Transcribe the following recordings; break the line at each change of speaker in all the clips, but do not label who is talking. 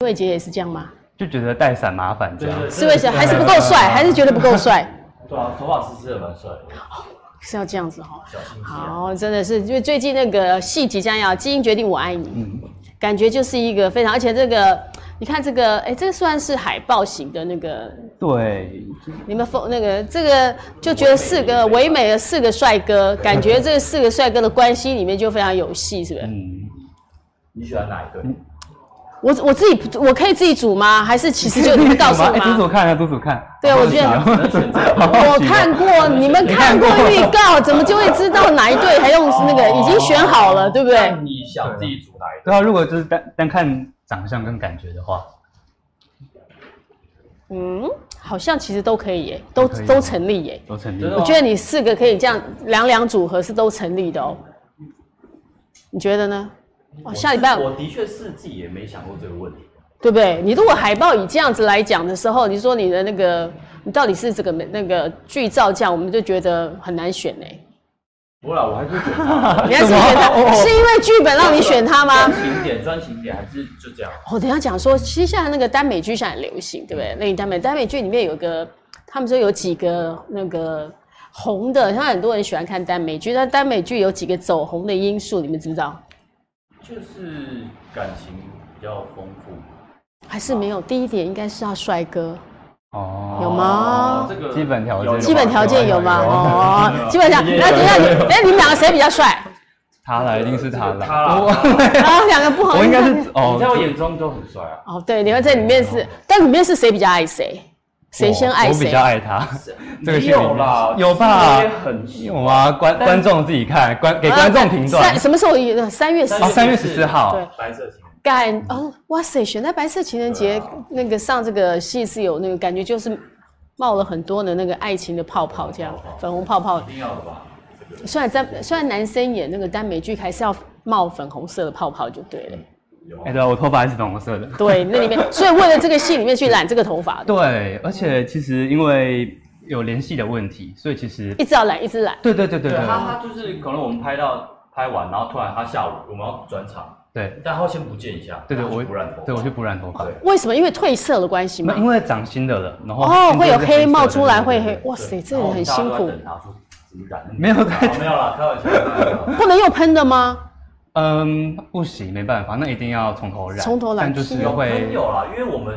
慧杰也是这样吗？
就觉得带伞麻烦这
对
样
对，。
是为什么还是不够帅，还是觉得不够帅？
对啊，头发湿湿的蛮帅的，
是要这样子哦哈、
小心机啊。
好，真的是，因为最近那个戏即将要《基因决定我爱你》，感觉就是一个非常，而且这个你看这个，哎、这算是海报型的那个，
对，
你们风那个这个就觉得四个唯美的四个帅哥，感觉这四个帅哥的关系里面就非常有戏，是不是？
嗯，
你喜欢哪一对？
我我自己我可以自己组吗？还是其实就 你们告诉我
哎
吗
组？组看啊，组组看。
对
好好
我觉得
奇哦 好好
啊
我
奇哦
看过，你们看过预告，怎么就会知道哪一对？还用那个已经选好了，对不对？
那你想自己组哪一对？
对啊，如果就是单单看长相跟感觉的话，
嗯，好像其实都可以耶，都
都可以
都成立耶。
都成立
真。的
我
吗
觉得你四个可以这样两两组合是都成立的哦。你觉得呢？哦，
我
下礼拜
我的确是自己也没想过这个问题。啊
对不对？你如果海报以这样子来讲的时候，你说你的那个你到底是这个那个剧照这样，我们就觉得很难选 哎。
不过啦，我还是会选 他。
你还是选
什么
他，
哦
是因为剧本让你选他吗？
专情点，专情点还是就这样。
我哦等一下讲说，其实现在那个耽美剧现在很流行，对不
嗯
对？那你耽美耽美剧里面有个，他们说有几个那个红的，像很多人喜欢看耽美剧，但耽美剧有几个走红的因素，你们知不知道？
就是感情比较丰富。
还是没有？
啊
第一点应该是要帅哥，
哦
有吗
哦这个
基本条件
有
吧
基本条件有吗？
啊有啊有
哦，基本上，
有
那等一下你，等一下你们两个谁比较帅？
他啦，一定是他
这
啦。
个他 啦
我
然后两个不好，
我应该
你看
是
你在我
哦，
眼中都很帅啊。
哦，对，你们在里面是，但里面是谁比较爱谁？谁先爱
我比
谁
较？爱 他。这个
没
戏里面
有啦，
有吧
这个也很喜
有啊，观
但
观众自己看，观给
呃
观众评断
三。什么时候有？三月十
哦，三月十四号
对，
白色情人。
感哦，哇塞！选在白色情人节、
对啊
那个上这个戏是有那个感觉，就是冒了很多的那个爱情的泡泡，这样
泡泡
粉红泡泡
一。定要的吧？这个
虽然在虽然男生演那个耽美剧还是要冒粉红色的泡泡就对了。
有
哎，对啊，我头发还是粉红色的。
对，那里面所以为了这个戏里面去染这个头发，
对，而且其实因为有联系的问题，所以其实
一直要染，一直染。
对对对对
对
对
他他就是可能我们拍到拍完，然后突然他下午我们要转场，
对
但他会先不见一下，
对对，
他就
我
不染头，
对我去补染头发
对。
为什么？因为褪色的关系
那因
嘛。
为长新的了，然后
哦，
新的
会有
是色
黑
的
冒出来，
对对
会
对
黑
对。
哇塞，这
然
个
后
很
大家
辛
都在
苦。
等他说怎么染那么多？
没有
好没有啦，开玩笑的。
不能用喷的吗？
嗯，不行，没办法，那一定要从头染。
从头染
但就是
天
会
没有啦，因为我们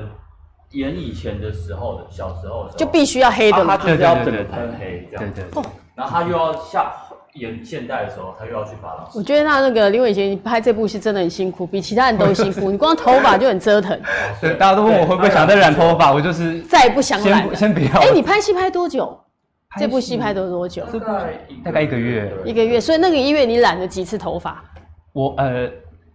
演以前的时候的小时候的时候，
就必须要黑的
他
嘛。
他就是要整个喷黑这
对
样，
对对
哦，
然后他又要下演现代的时候，他又要去发廊。
我觉得那那个林伟杰，你拍这部戏真的很辛苦，比其他人都辛苦。你光头发就很折腾，
对，大家都问我会不会想再染头发，我就是
再也不想
先
染
不
了。
先不要。
哎、你拍戏拍多久？
拍戏
这部戏拍多多久？
大概
大概一个月
一个月。所以那个一月你染了几次头发？
我呃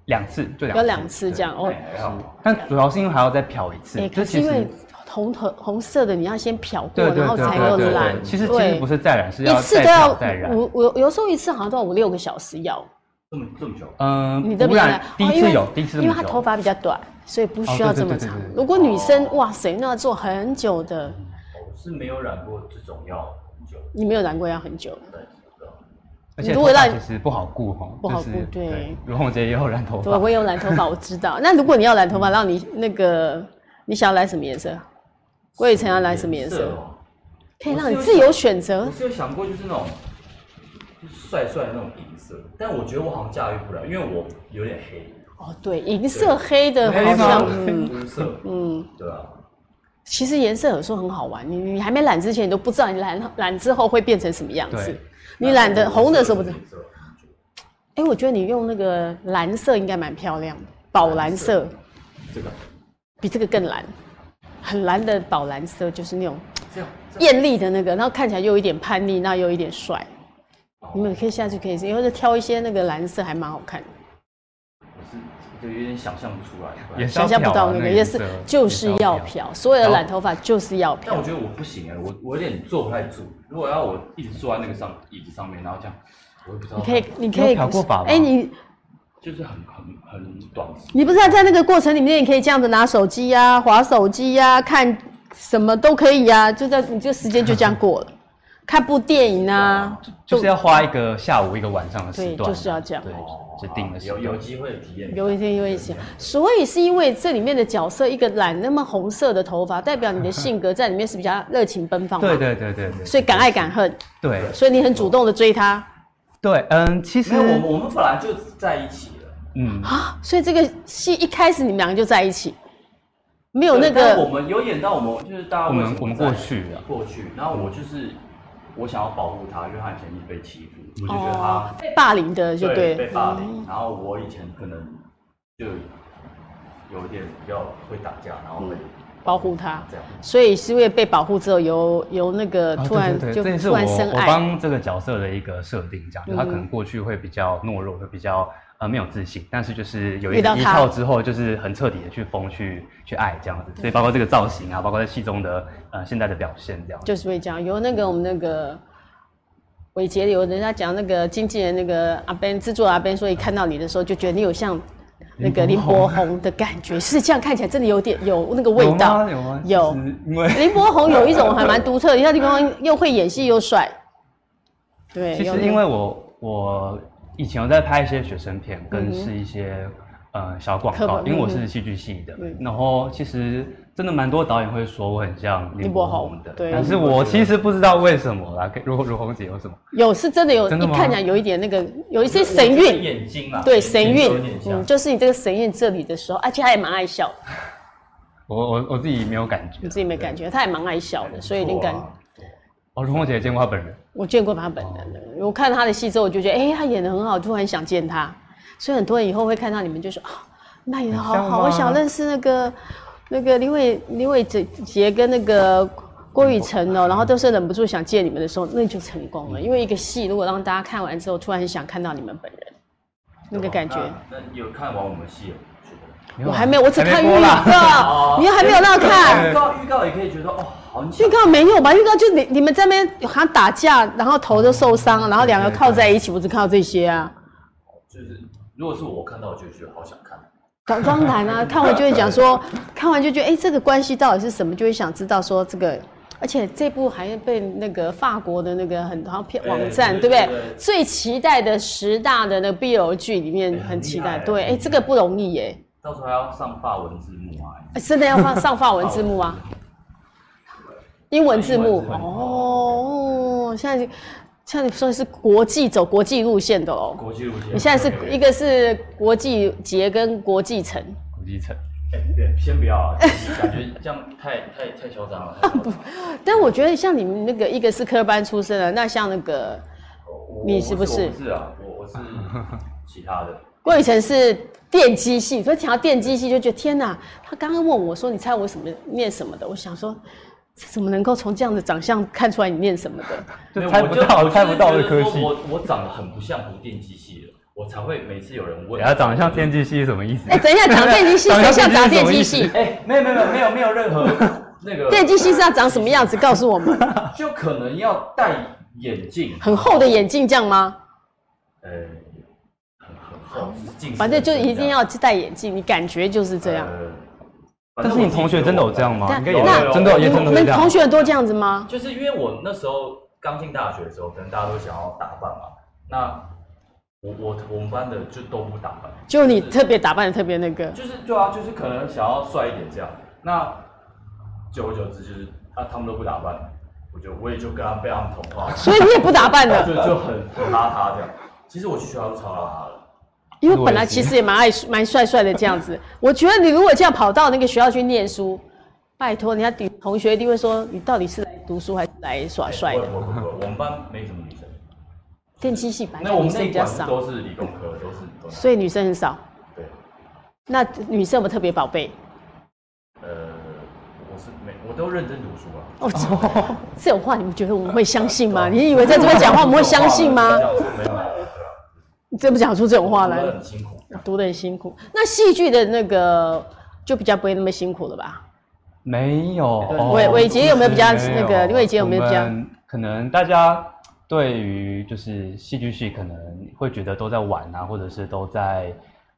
两次就两
有两次这样
哦
哦。，
还好
但主要是因为还要再漂一次，
哎、可
就是其
因为
实
红头红色的你要先漂过，
对对
然后
对
才
对
能
对
染
对，。其实其实
对
不是再染，是
一
要
次
再
都要
漂再染。
五我有时候一次好像都要五六个小时要。
这么这么久，
嗯，
你的
不
比较
染第一次有，第一次这
哦因为
么
她
久
头发比较短，所以不需
哦
要
对
这么
对对
长
对。哦对
如果女生哇塞，那要做很久的，
我是没有染过这种药很久，
你没有染过要很久。
对，对
而且
如
头
果
发
让
其实不好顾哈，
不好
就是
顾对
如虹姐也有染头
对，
发，
我有染头发，我知道。 那如果你要染头发，让你那个你想要染什么颜色？郭雨辰要染什么颜色？
哦
可以让你自由选择
我。是有想过，就是那种就是帅帅的那种银色，但我觉得我好像驾驭不了，因为我有点黑，
哦，对，银色黑的
对
好像，
黑
嗯
肤色，
嗯，
对啊，
其实颜色有时候很好玩。你你还没染之前，你都不知道你染染之后会变成什么样子
对。
你染的红的时候不知道。
肤色很久
哎，我觉得你用那个蓝色应该蛮漂亮的，宝蓝色
这个
比这个更蓝，很蓝的宝蓝色就是那种
这样，这样
艳丽的那个，然后看起来又有一点叛逆，那又有一点帅。
哦
哦
你们可以下次可以试，因为挑一些那个蓝色还蛮好看的，
我是就有点想象不出来，
也是要
想象不
漂啊
到那个
颜
也
色
是就是要
漂。
漂，所有的染头发就是要
但
哦
我
漂。
觉得我不行哎、我我有点坐不太住。如果要我一直坐在那个上椅子上面，然后这样，我也不知道。
你可以，你可以
有漂过发吗
哎，你
就是很很很短视。
你不知道在那个过程里面，你可以这样子拿手啊机啊 呀、划手机呀、看什么都可以呀、就在你就时间就这样过了。看部电影啊，
就是要花一个下午一个晚上的时
对，
段，啊
就是要这样。
对
哦，
指定的时
有有
段。
机会体验。
有一天又一天，所以是因为这里面的角色，一个染那么红色的头发，代表你的性格在里面是比较热情奔放嘛，
对对对对对，
所以敢爱敢恨，
对
所以你很主动的追他
对，嗯，其实
没有，我们我们本来就在一起了。
嗯，
啊，所以这个戏一开始你们两个就在一起，没有
对
那
但我
个
们有演到我们就是大家
我们
为什么
我们
在
过去啊了
过去，然后我就是我想要保护他，因为他以前一直被欺负，我就觉得他
被霸凌的哦就对，
被霸
嗯
凌，然后我以前可能就有点比较会打架，然后会
嗯
保护他，
这样。
所以是因为被保护之后，由由那个
啊
突然
对对
就
对这也是
突
我
然生
我
爱，嗯
帮这个角色的一个设定，这样，就他可能过去会比较懦弱，会比较呃没有自信，但是就是有一
遇到
个
他
依靠之后，就是很彻底的去疯去去爱这样子，所以包括这个造型啊，包括在戏中的呃现在的表现这样子，
就是会这样，由那个我们那个。伟杰有人家讲那个经纪人那个阿 Ben 制作阿 Ben 说一看到你的时候就觉得你有像那个林
林
柏
柏
宏的感觉，是这样看起来真的有点有那个味
有吗
道，
有吗？
有
就是因为
林柏宏有一种还蛮独特的，你看林柏宏又会演戏又帅，对，
其
有
实
那
因为我我以前有在拍一些学生片，
嗯
跟是一些、呃小广
刻
告，
板
因为我
嗯哼
是戏剧系的，
嗯
然后其实真的蛮多导演会说我很像
林
林
柏
柏宏
宏
的，
对
但是我其实不知道为什么啦。可以如如红姐有什么？
有是真的有，
真的
一
吗
看起来有一点那个有一
有
些神韵，
眼睛啦，
对
眼睛
神
有
韵
点，像
嗯，就是你这个神韵这里的时候，而且他也蛮爱笑的，
我我我自己没有感觉
你，自己没感觉，他也蛮爱笑
啊
的，所以你感，
哦，如红姐见过她本人，
我见过他本
哦
人的，我看他的戏之后，我就觉得，哎、他演的很好，突然想见他，所以很多人以后会看到你们就说，啊，那演的好
很
好，
像吗
我想认识那个那个林伟林伟杰杰跟那个郭雨辰
嗯
哦，然后都是忍不住想见你们的时候，那就成功了，因为一个戏如果让大家看完之后，突然很想看到你们本人，
哦
那个感觉。
那那有看完我们戏了？觉得
没
我
啊
还没有，我只看预
播啦哦
告，你还没有让我看。
哦预告，预告也可以觉得哦，好
预
想
告没有吧？预告就是你你们在那边好像打架，然后头都受
哦
伤，然后两个靠在一起，我只看到这些啊。
就是如果是我看到，我就觉得好想看。
当当然 啊，看完就会讲说，看完就觉得哎、诶这个关系到底是什么，就会想知道说这个。而且这部还被那个法国的那个很好像片
哎
网站，对
对
不对
对对？
最期待的十大的那个 BL 剧里面
哎很
很期
厉
待，
害哎
对，哎，这个不容易耶，
到时候还要上法文字幕啊，
哎真的要放上法文字幕吗？英文字幕
英文字幕
哦，现在像你说是国际走国际路线的哦。
国际路线。
你现在是一
个，
个是国际节跟国际城，
古迹城，
哎先不要啊，感觉这样太太太嚣张了。太嚣张了
但我觉得像你们那个一个是科班出身的，那像那个
我
你
我
是
是
不是
我不是啊，我我是其他 的。
郭雨辰是电机系，所以讲到电机系就觉得天哪！他刚刚问我说：“你猜我什么念什么的？”我想说，这怎么能够从这样的长相看出来你念什么 的？
就
没
猜
有
不
我我
到猜不到
就
的
是
科
说
系。
我我长得很不像读电机系的，我才会每次有人问。
然哎后长得像天际系是什么意思？
哎、等一下，长电机系，
长
谁
相
像长电机
是什么意
系？
哎，没有没有没有没有没有任何那 个
电机系是要长什么样子？告诉我们，
就可能要戴眼镜，
很厚的眼镜这样吗？
呃，很很厚，近视
反正就
的
一定
这样
要戴眼镜，你感觉就是这样。
呃反
但
正
是
我
你同学真的有这样吗？
但
哦应该也
哎那
有真的有也
你
真的
们
会这样
同。学都这样子吗？
就是因为我那时候刚进大学的时候，可能大家都想要打扮嘛。那我我我们班的就都不打扮，
就你
是
特别打扮的特别那个，
就是对啊，就是可能想要帅一点这样。那久而久之就是啊，他们都不打扮，我就我也就跟他被他们同化，
所以你也不打扮的
就，就很很邋遢这样。其实我去学校都超邋遢的，
因为本来其实也蛮爱蛮帅帅的这样子。 我觉得你如果这样跑到那个学校去念书，拜托，人家女同学一定会说你到底是来读书还是来耍帅
不
的
会？不会不会，哎我们班没什么女生。
电机系本来
那我
女
们
生
那
比
一
较
管是
少，
都是理工科，都是理工科。
所以女生很少。
对，
那女生有没有特别宝贝？
呃，我是没，我都认真读书啊。
哦， 这种话你们觉得我们会相信 吗？啊你以为在这边讲话我们会相信吗？
这样说没有啊，对啊
你真不讲出这种话来
我，很辛苦。
读的很辛苦。那戏剧的那个就比较不会那么辛苦了吧？
没有，
伟伟杰有没有比较
其实没
那个伟杰有没有比较
我们可能大家对于就是戏剧系可能会觉得都在玩啊，或者是都在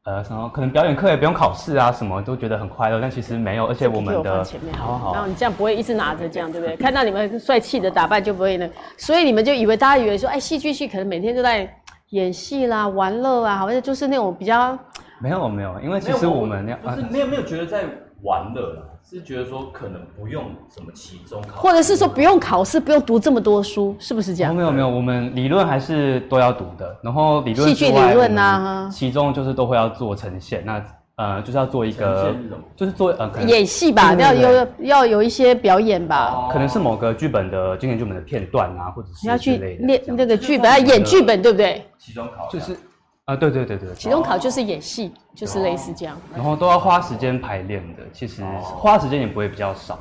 呃，然后可能表演课也不用考试啊，什么都觉得很快乐，但其实没有，而且我
给
们
我
的
放前面
好好
然后
好，
你这样不会一直拿着这样，对不对？ 看到你们帅气的打扮就不会那，所以你们就以为大家以为说，哎，戏剧系可能每天都在演戏啦、玩乐啊，好像就是那种比较
没有没有，因为其
没
实
有
我们要
不是
啊
没有没有觉得在玩乐啦，是觉得说可能不用什么期中考，
或者是说不用考试，不用读这么多书，是不是这
哦
样？
没有没有，我们理论还是都要读的，然后理论
戏剧
之外
理论啊
我们
哈
其中就是都会要做呈现，那呃就是要做一
呈
个
现是什么，
就是做呃可能
演戏吧，
对
要
对对
有要有一些表演吧，
哦
可能是某个剧本的经典剧本的片段啊，或者是
你要去
之类的
练
这样哦
那个
就
剧
是
本，要
那
演
个
剧本，对不对？
期中考这
就
样
是啊，对对对对，
期中考就是演戏，就是类似这样，
然后都要花时间排练的，其实花时间也不会比较少。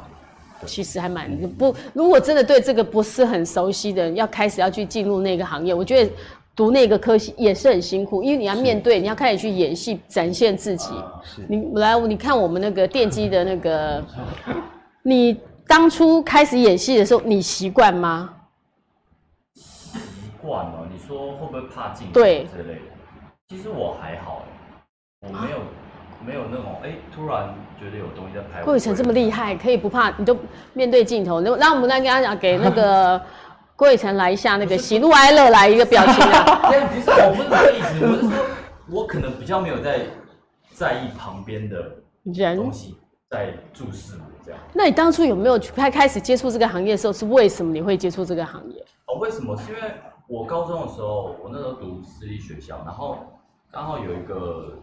其实还蛮不。如果真的对这个不是很熟悉的人，要开始要去进入那个行业，我觉得读那个科系也是很辛苦，因为你要面对，你要开始去演戏，展现自己。
啊
你来，你看我们那个电机的那个，你当初开始演戏的时候，你习惯吗？
习惯哦。你说会不会怕镜头
对
之类的？其实我还好，欸我没有、没有那种哎、突然觉得有东西在拍我。
郭雨辰这么厉害，可以不怕，你就面对镜头。那那我们来跟他讲，给那个郭雨辰来一下那个喜怒哀乐来一个表情啊。
对，不是我不是这个意思，我是说我可能比较没有在在意旁边的
人
东，西在注视我这样。
那你当初有没有去开开始接触这个行业的时候，是为什么你会接触这个行业？
哦，为什么？是因为我高中的时候，我那时候读私立学校，然后刚好有一个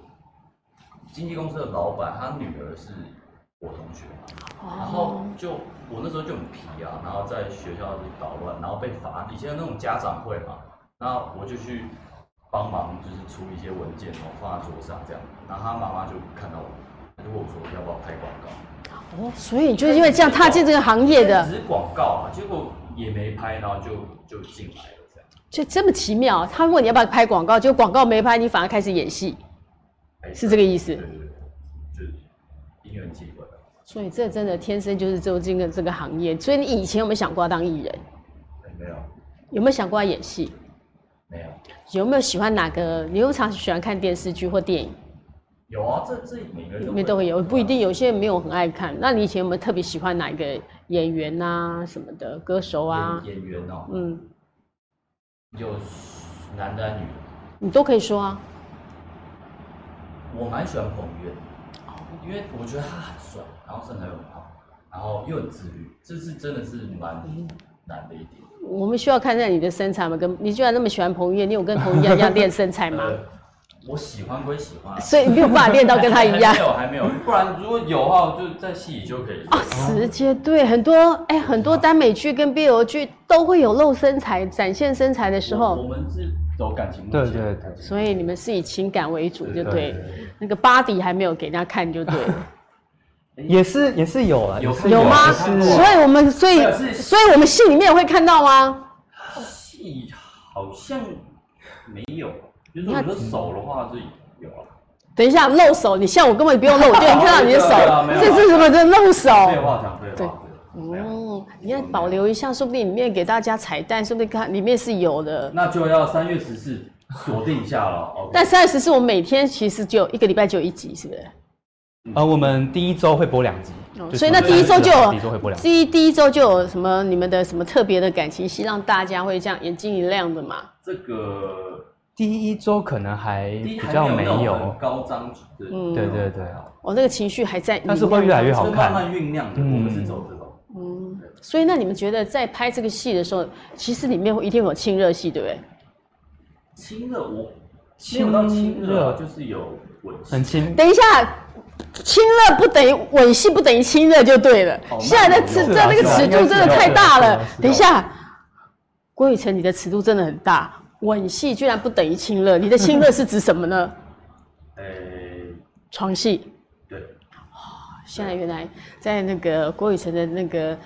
经纪公司的老板，他女儿是我同学嘛，然后就我那时候就很皮啊，然后在学校里捣乱，然后被罚。以前有那种家长会嘛，那我就去帮忙，就是出一些文件，然后放在桌上这样。然后他妈妈就看到我，他就问我说要不要拍广告。
哦，所以你就是因为这样踏进这个行业的
只，是广告啊，结果也没拍，然后就就进来了这样。
就这么奇妙。他问你要不要拍广告，结果广告没拍，你反而开始演戏，
哎
是这个意思
对对对，就是因缘际会啊。
所以这真的天生就是走进了这个行业。所以你以前有没有想过要当艺人？
哎没有
有没有想过要演戏？
没有，
有没有喜欢哪个？你有常喜欢看电视剧或电影？
有啊，这这每个人
里面都会有，不一定有些人没有很爱看。那你以前有没有特别喜欢哪一个演员啊什么的歌手啊
演？演员哦，
嗯，
有男的女的。
你都可以说啊。
我蛮喜欢彭于晏，因为我觉得他很帅，然后身材又很好，然后又很自律，这是真的是蛮难的一点。
我们需要看一下你的身材吗？跟你居然那么喜欢彭于晏，你有跟彭于晏一样练身材吗？
呃，我喜欢归喜欢啊，
所以你没有办法练到跟他一样
还没。有还没有，不然如果有的话，就在戏里就可以。
啊，直接对很多哎、很多耽美剧跟 BL 剧都会有露身材、展现身材的时
我我
候，
们是走感情路
对
线
对对
所以你们是以情感为主，就对
对对。
那个 body 还没有给人家看，就对了。
也是也是有啊，
有
也是
有吗？
就
看过
是
所以我们所
没有
以
是
所以我们戏里面也会看到吗？
戏好像没有，就是我说手的话是有啊，
等一下，露手，你像我根本不用露，我就能看到你的手
没有啊没，有啊
这是什么？这露手。
废话啊讲废话。没有
哦，你要保留一下，说不定里面给大家彩蛋，说不定看里面是有的。
那就要三月十四锁定一下了。OK 哦
但三十是我每天其实只有一个礼拜只有一集，是不是？
呃，我们第一周会播两集，
哦
就是
所以那第一周就
第一周会播
有
两集，
第一第一周就有什么你们的什么特别的感情戏，让大家会这样眼睛一亮的嘛？
这个
第一周可能还
第一
比
还
较
没
没
有那种
有
很，高张的，
嗯
对对对，
哦，那个情绪还在，
但是会越来越好
是慢
看
慢酝酿的。
嗯
我们是走这种，
嗯，所以那你们觉得在拍这个戏的时候，其实里面会一定会有亲热戏，对不对？
亲热我没有到亲热，就是有吻戏
很轻。
等一下，亲热不等于吻戏，不等于亲热就对了。
哦
现在的尺，这
是啊
那个
是啊
尺度真的太大了
应该是啊是啊是。啊
等一下，郭雨辰，你的尺度真的很大。吻戏居然不等于亲热，你的亲热是指什么 呢？
诶，
床戏。
对，
现在原来在那个郭雨辰的那个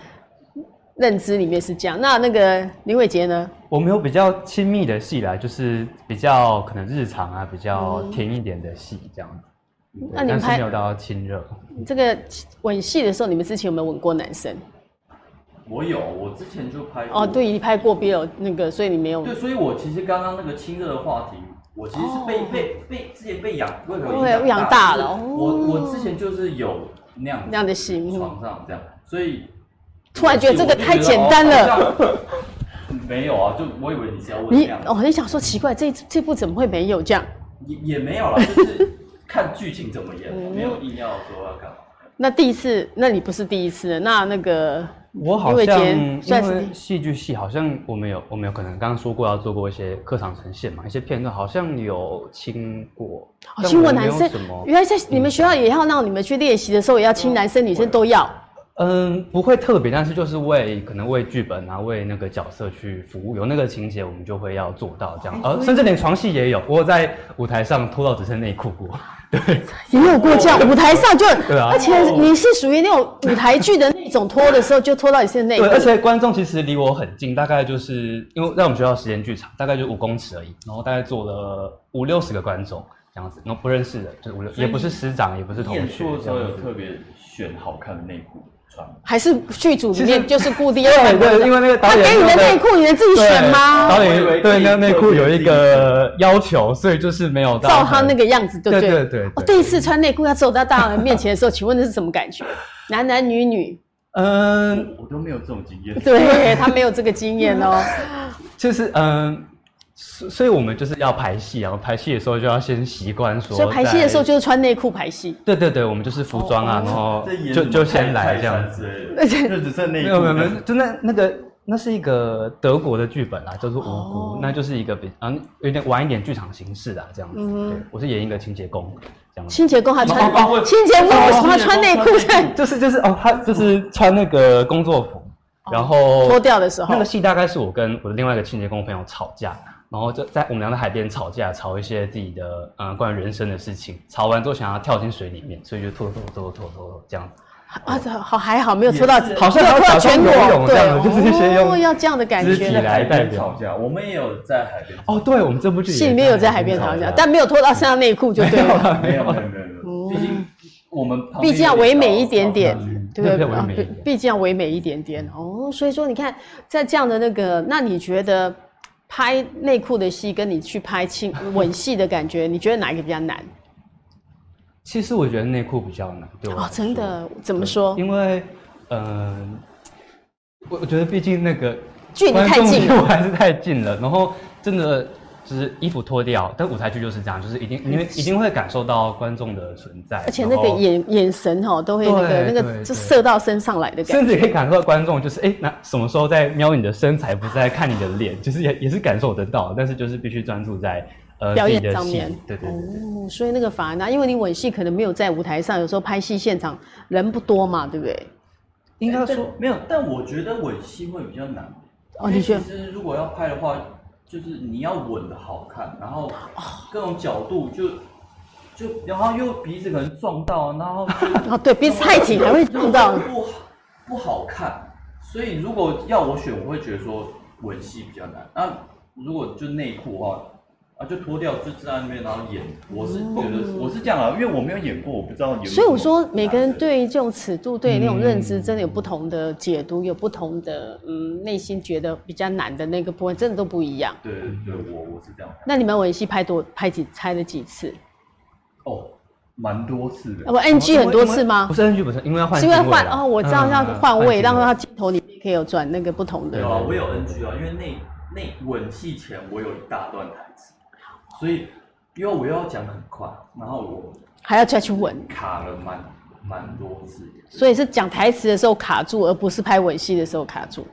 认知里面是这样。那那个林伟杰呢？
我们有比较亲密的戏啦，就是比较可能日常啊，比较甜一点的戏这样子。对
嗯那你们
但是
拍
没有到亲热，
这个吻戏的时候，你们之前有没有吻过男生？
我有，我之前就拍过
哦哦，对，你拍过 BL 那个，所以你没有。
对，所以我其实刚刚那个亲热的话题，我其实是被、被被之前被养胃口
胃口
影
哦养
响
大
大
了
就是我
哦
我之前就是有那样
那样嗯的心
床上这样，所以
突然觉得这个
我就
太简单 了。
哦好像没有啊，就我以为你是要问
你
那样，
哦，你想说奇怪，这这部怎么会没有这样？
也也没有啦， 就是看剧情怎么演，
嗯
没有硬要说要干嘛。
那第一次，那你不是第一次，那那个
我好
因为
像
今天
因
算是
为戏剧系，好像我们有我们有可能刚刚说过要做过一些课场呈现嘛，一些片段好像有亲过，
哦
但
亲
我
过
没
男
有
生
什么，哦
原来在你们学校也要让你们去练习的时候，也要亲男生、女生都要。
嗯，不会特别，但是就是为可能为剧本啊，为那个角色去服务，有那个情节我们就会要做到这样，
哎
呃，甚至连床戏也有，我有在舞台上脱到只剩内裤过，
也有过这样，舞台上就，
对啊
而且你是属于那种舞台剧的那种脱的时候就脱到你身内裤
对，，而且观众其实离我很近，大概就是因为在我们学校时间剧场，大概就五公尺而已，然后大概坐了五六十个观众这样子，然后不认识的，就是五六，
所以
也不是师长，也不是同
演
学
出的时候
这样
有
子
特别选好看的内裤穿，
还是剧组里
其实
面就是固定要
对
看多少
对，因为那个导
他
演
给你的
就在
内裤你能自己选吗？
导
我以为
演对
自己
那内裤
特别
有一
自己
个要求，所以就是没有到
照他那个样子，对哦不对？
对对对对
我第一次穿内裤要走到大人面前的时候，请问那是什么感 觉？男男女女，
嗯，
我都没有这种经 验。
对他没有这个经验 哦。
就是嗯，所所以我们就是要排戏，啊然后排戏的时候就要先习惯说，
所以排戏的时候。就是穿内裤排戏。
对对对，我们就是服装
哦
啊，然后
这演
就
什么
就先来
泰
这样
山
子。
之类的，就只剩内
没
裤。
有没有没有，就那那个那是一个德国的剧本啊，叫做《无辜》，
哦
那就是一个比嗯有点晚一点剧场形式啊，这样子。对，我是演一个清洁工这样子。
清洁工还穿
哦哦，我
清洁工为什么要穿内裤
清洁工
在
穿内
就是就是哦，他就是 哦穿那个工作服，然
脱
后
掉的时候
那个？戏大概是我跟我的另外一个清洁工朋友吵架，然后就在我们俩在海边吵架，吵一些自己的嗯关于人生的事情。吵完之后想要跳进水里面，所以就拖拖拖拖拖拖这样子，
啊，这好还好没有脱到，
也是
好像还要
没有
假
脱到全
装
裸，
游泳这样子，就是先
对，哦，
用
要这样的感
肢体
觉
来。
海
代
边
表
吵架，我们也有在海边。
哦，对，我们这部剧也
戏里面有在海边吵架，但没有脱到身上内裤就对了。
没
没
有
有
啦
没有没有没有，毕竟我们旁边
嗯毕竟要
有
唯美
条
一点点
条
没
条
有
鱼，
对不
比较
对？
唯
啊
美一
毕
点
毕竟要唯美一点点哦。所以说，你看，在这样的那个，那你觉得拍内裤的戏跟你去拍亲吻戏的感觉，你觉得哪一个比较难？
其实我觉得内裤比较难，对我来
哦
说，
真的，怎么说？
因为嗯，我、我觉得毕竟那个
距离
观
太
众
近
离
了
我还是太近了，然后真的。就是衣服脱掉，但舞台剧就是这样，就是一定，因为一定会感受到观众的存在，
而且那个
然后
眼眼神哈、都会那个
哦对
那个
对
就
对
射到身上来的感
甚至可以感受到观众就是哎，诶那、什么时候在瞄你的身材，不是在看你的脸，就是也也是感受得到，但是就是必须专注在呃
表演
自己的
上
戏
面
对对对
哎
对
哦，所以那个反而难，因为你吻戏可能没有在舞台上，有时候拍戏现场人不多嘛，对不对？
应该
但
说
没有，但我觉得吻戏会比较难。
哦
因为
你觉得
其实如果要拍的话，就是你要吻的好看，然后
哦
各种角度就就然后又鼻子可能撞到，然后就
哦，对，鼻子太紧还会碰到
就。不好不好看。所以如果要我选，我会觉得说吻戏比较难。那如果就内裤的话，啊就脱掉就站在那边然后演，我是觉得、我是这样啊，因为我没有演过，我不知道有没有。
哦所以我说，每个人对于这种尺度、对于那种认知，
嗯
真的有不同的解读，有不同的嗯内心觉得比较难的那个部分，真的都不一样。
对对对，我我是这样想。
那你们吻戏拍多拍几拍了几次？
哦，蛮多次的
我。NG 很多次吗
不？是 NG 不哦是，因为要换
是因为
定位
换
啦
哦，我知道
嗯
要
嗯嗯
换位，
定
让它镜头里面可以有转那个不同的
有啊，我有 NG 啊，因为那那吻戏前我有一大段台词，所以因为我要讲很快，然后我
还要再去吻，
卡了蛮蛮多次的。
所以是讲台词的时候卡住，而不是拍吻戏的时候卡住。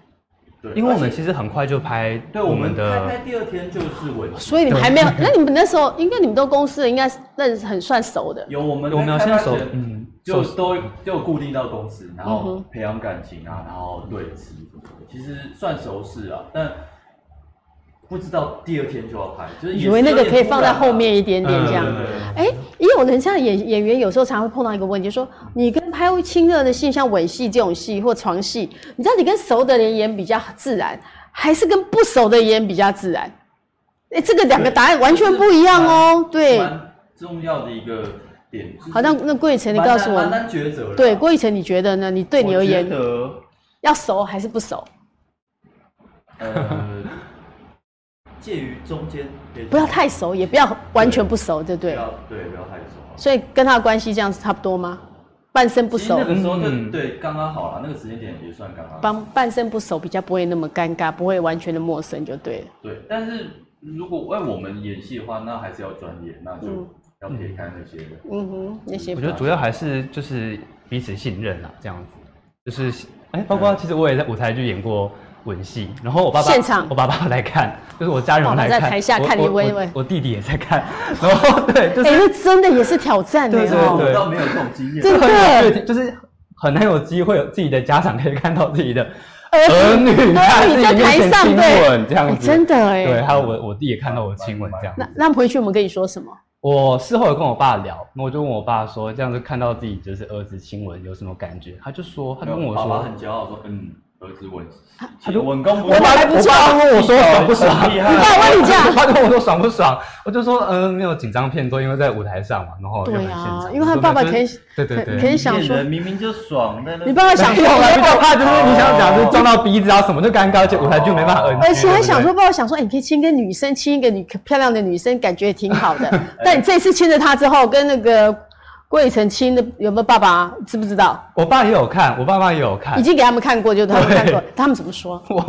对，
因为我们
而且
其实很快就拍
对
我
我
们
们
的
拍拍第二天就是吻戏，
所以你们还没有，那你们那时候应该你们都公司的，应该是认识很算熟的。
有我们
我们要
拍
先
拍
熟
前
嗯
就
熟
都就固定到公司，然
嗯
后
哼
培养感情啊，然后对峙什么的，其实算熟识啊，但不知道第二天就要拍，就是也
以
是
为那个
有点
可以放在
突然啊
后面一点点这样
嗯。对对对
哎，因为我能像演演员，有时候常会碰到一个问题，就说你跟拍亲热的戏，像吻戏这种戏或床戏，你知道你跟熟的人演比较自然，还是跟不熟的演比较自然？哎，这个两个答案完全不一样哦。对，
蛮重要的一个点。就是
好像那郭雨辰，你告诉我
蛮难，蛮难抉择的啊。
对郭雨辰，你觉得呢？你对你而言
我觉得
要熟还是不熟？
呃，
介于中间，也就是
不要太熟，也不要完全不熟，对不
不
对？
要对不要太
啊
熟。
所以跟他的关系这样子差不多吗？半生不
其实
熟
那，个时候就
嗯
对刚刚好了，那个时间点也算刚刚好。
半半生不熟比较不会那么尴尬，不会完全的陌生就对了。
对，但是如果为我们演戏的话，那还是要专业，那就
嗯
要撇开那些的。
嗯哼，那些
我觉得主要还是就是彼此信任啊，这样子，就是哎、包括其实我也在舞台剧演过吻戏，然后我爸爸
现场
我爸爸来看，就是我家人
爸爸
来
在
看，
台下
我
看你
我
微
我
微
我弟弟也在看，然后对，就
哎、
是、
那真的也是挑战的
对对
哦，
对
我倒没有这种经验，
真的，
对，就是很难有机会有自己的家长可以看到自己的儿
儿
女
儿
在自
女
己
在
面
台
前
上
亲
对
吻这样子，
真的哎、
对，还有我我弟也看到我亲吻这样子
那。那回去我们跟你说什么？
我事后有跟我爸聊，那我就问我爸说，这样子看到自己就是儿子亲吻有什么感觉？他就说，他就问我
爸爸
说，
很骄傲说：“嗯，儿子稳，
他就
稳功不
我爸还不错
我爸问我说爽不爽？
很厉害
你爸问你这样
他就问我说爽不爽？我就说，嗯，没有紧张片段，因为在舞台上嘛，然后又很
对
现
啊
场，，
因为他爸爸可以，
对对对，
可以想说
人，明明就爽， 但是
你爸爸想
没
说，
有啊啦
我
比较怕就是你想讲就是撞到鼻子啊什么就尴尬，而且舞台剧没办法 N
而且还想说，爸爸想说，哎、你可以亲个女生，亲一个女漂亮的女生，感觉也挺好 的。
哎
但你这次亲了她之后，跟那个郭雨辰亲的有没有爸爸、知不知道？
我爸也有看，我爸妈也有看
已，经给他们看过，就他们看过
哎对，
他们怎么说？
我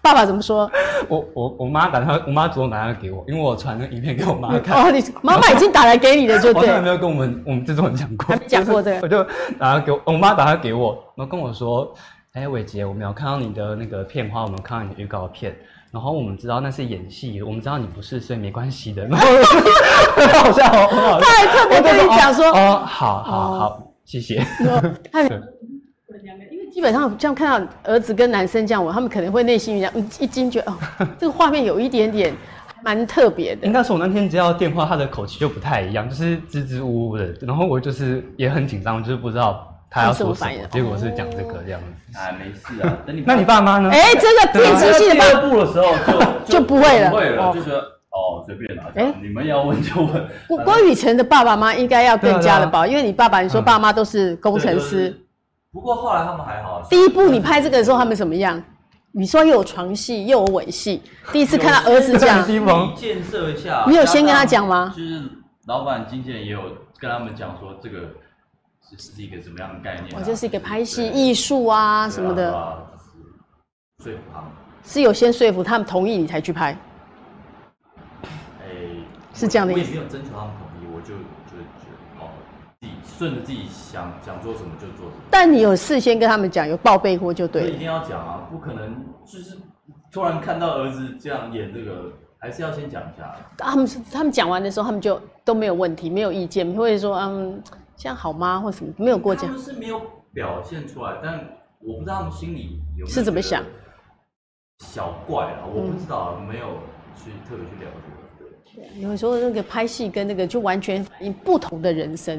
爸爸怎么说？
我我我妈打电话，我妈主动打电话给我，因为我传了影片给我妈看。
哦，你妈妈已经打来给你了，就哦
我
对
从来。没有跟我们我们制作人讲过，
还没讲过这个
我就打给我我妈打电话给我，然后跟我说，哎、伟杰，我们有看到你的那个片花，我们看到你的预告片，然后我们知道那是演戏，我们知道你不是，所以没关 系的。然 后很好笑哦，很好笑
他。还哎特别跟你讲说
我就哦，哦好好好，谢谢。
他因为基本上这样看到儿子跟男生这样玩，他们可能会内心一样嗯一惊觉得 哦，这个画面有一点点还蛮特别的
应。该是我那天接到电话，他的口气就不太一样，就是支支吾吾的，然后我就是也很紧张，就是不知道他要
他
说什
是我反应哦
么，结果是讲这个这样子。
哎，没事啊，等你
那你爸妈呢？
哎、这个电视
第
性的
啊
爸
二步的时候就
就不会了
不会了，
哦
就觉得哦随便啦
哎，
你们要问就问。
郭郭雨辰的爸爸妈妈应该要更加
啊
的保，因为你爸爸你说
嗯
爸妈都是工程
对。就
师
是，不过后来他们还好，啊
第一部你拍这个的时候他们怎么样？你说又有床戏又有吻戏，第一次看到儿子 这 样
有，西蒙
建设一下。
你有先跟他讲吗
就是老板、经纪人也有跟他们讲说，这个是是一个什么样的概念、啊？
我这哦是一个拍戏
对
艺术啊什么，
对
的，
啊对啊就是说服他们。
是有先说服他们同意你才去拍。
哎、
是这样的
我
意
也
思
没有征求他们同意，我就就觉得哦，自己顺着自己想想做什么就做什么，
但你有事先跟他们讲，有报备过就对
所以
了
一。定要讲啊，不可能就是突然看到儿子这样演这个，还是要先讲一下。
他们是他们讲完的时候，他们就都没有问题，没有意见，或者说嗯这样好吗，或什么没有过
他
讲
们。是没有表现出来，但我不知道他们心里有没有
是怎么想，
小怪啊，我不知道，没有去特别去了解。
有时候那个拍戏跟那个就完全反映不同的人生，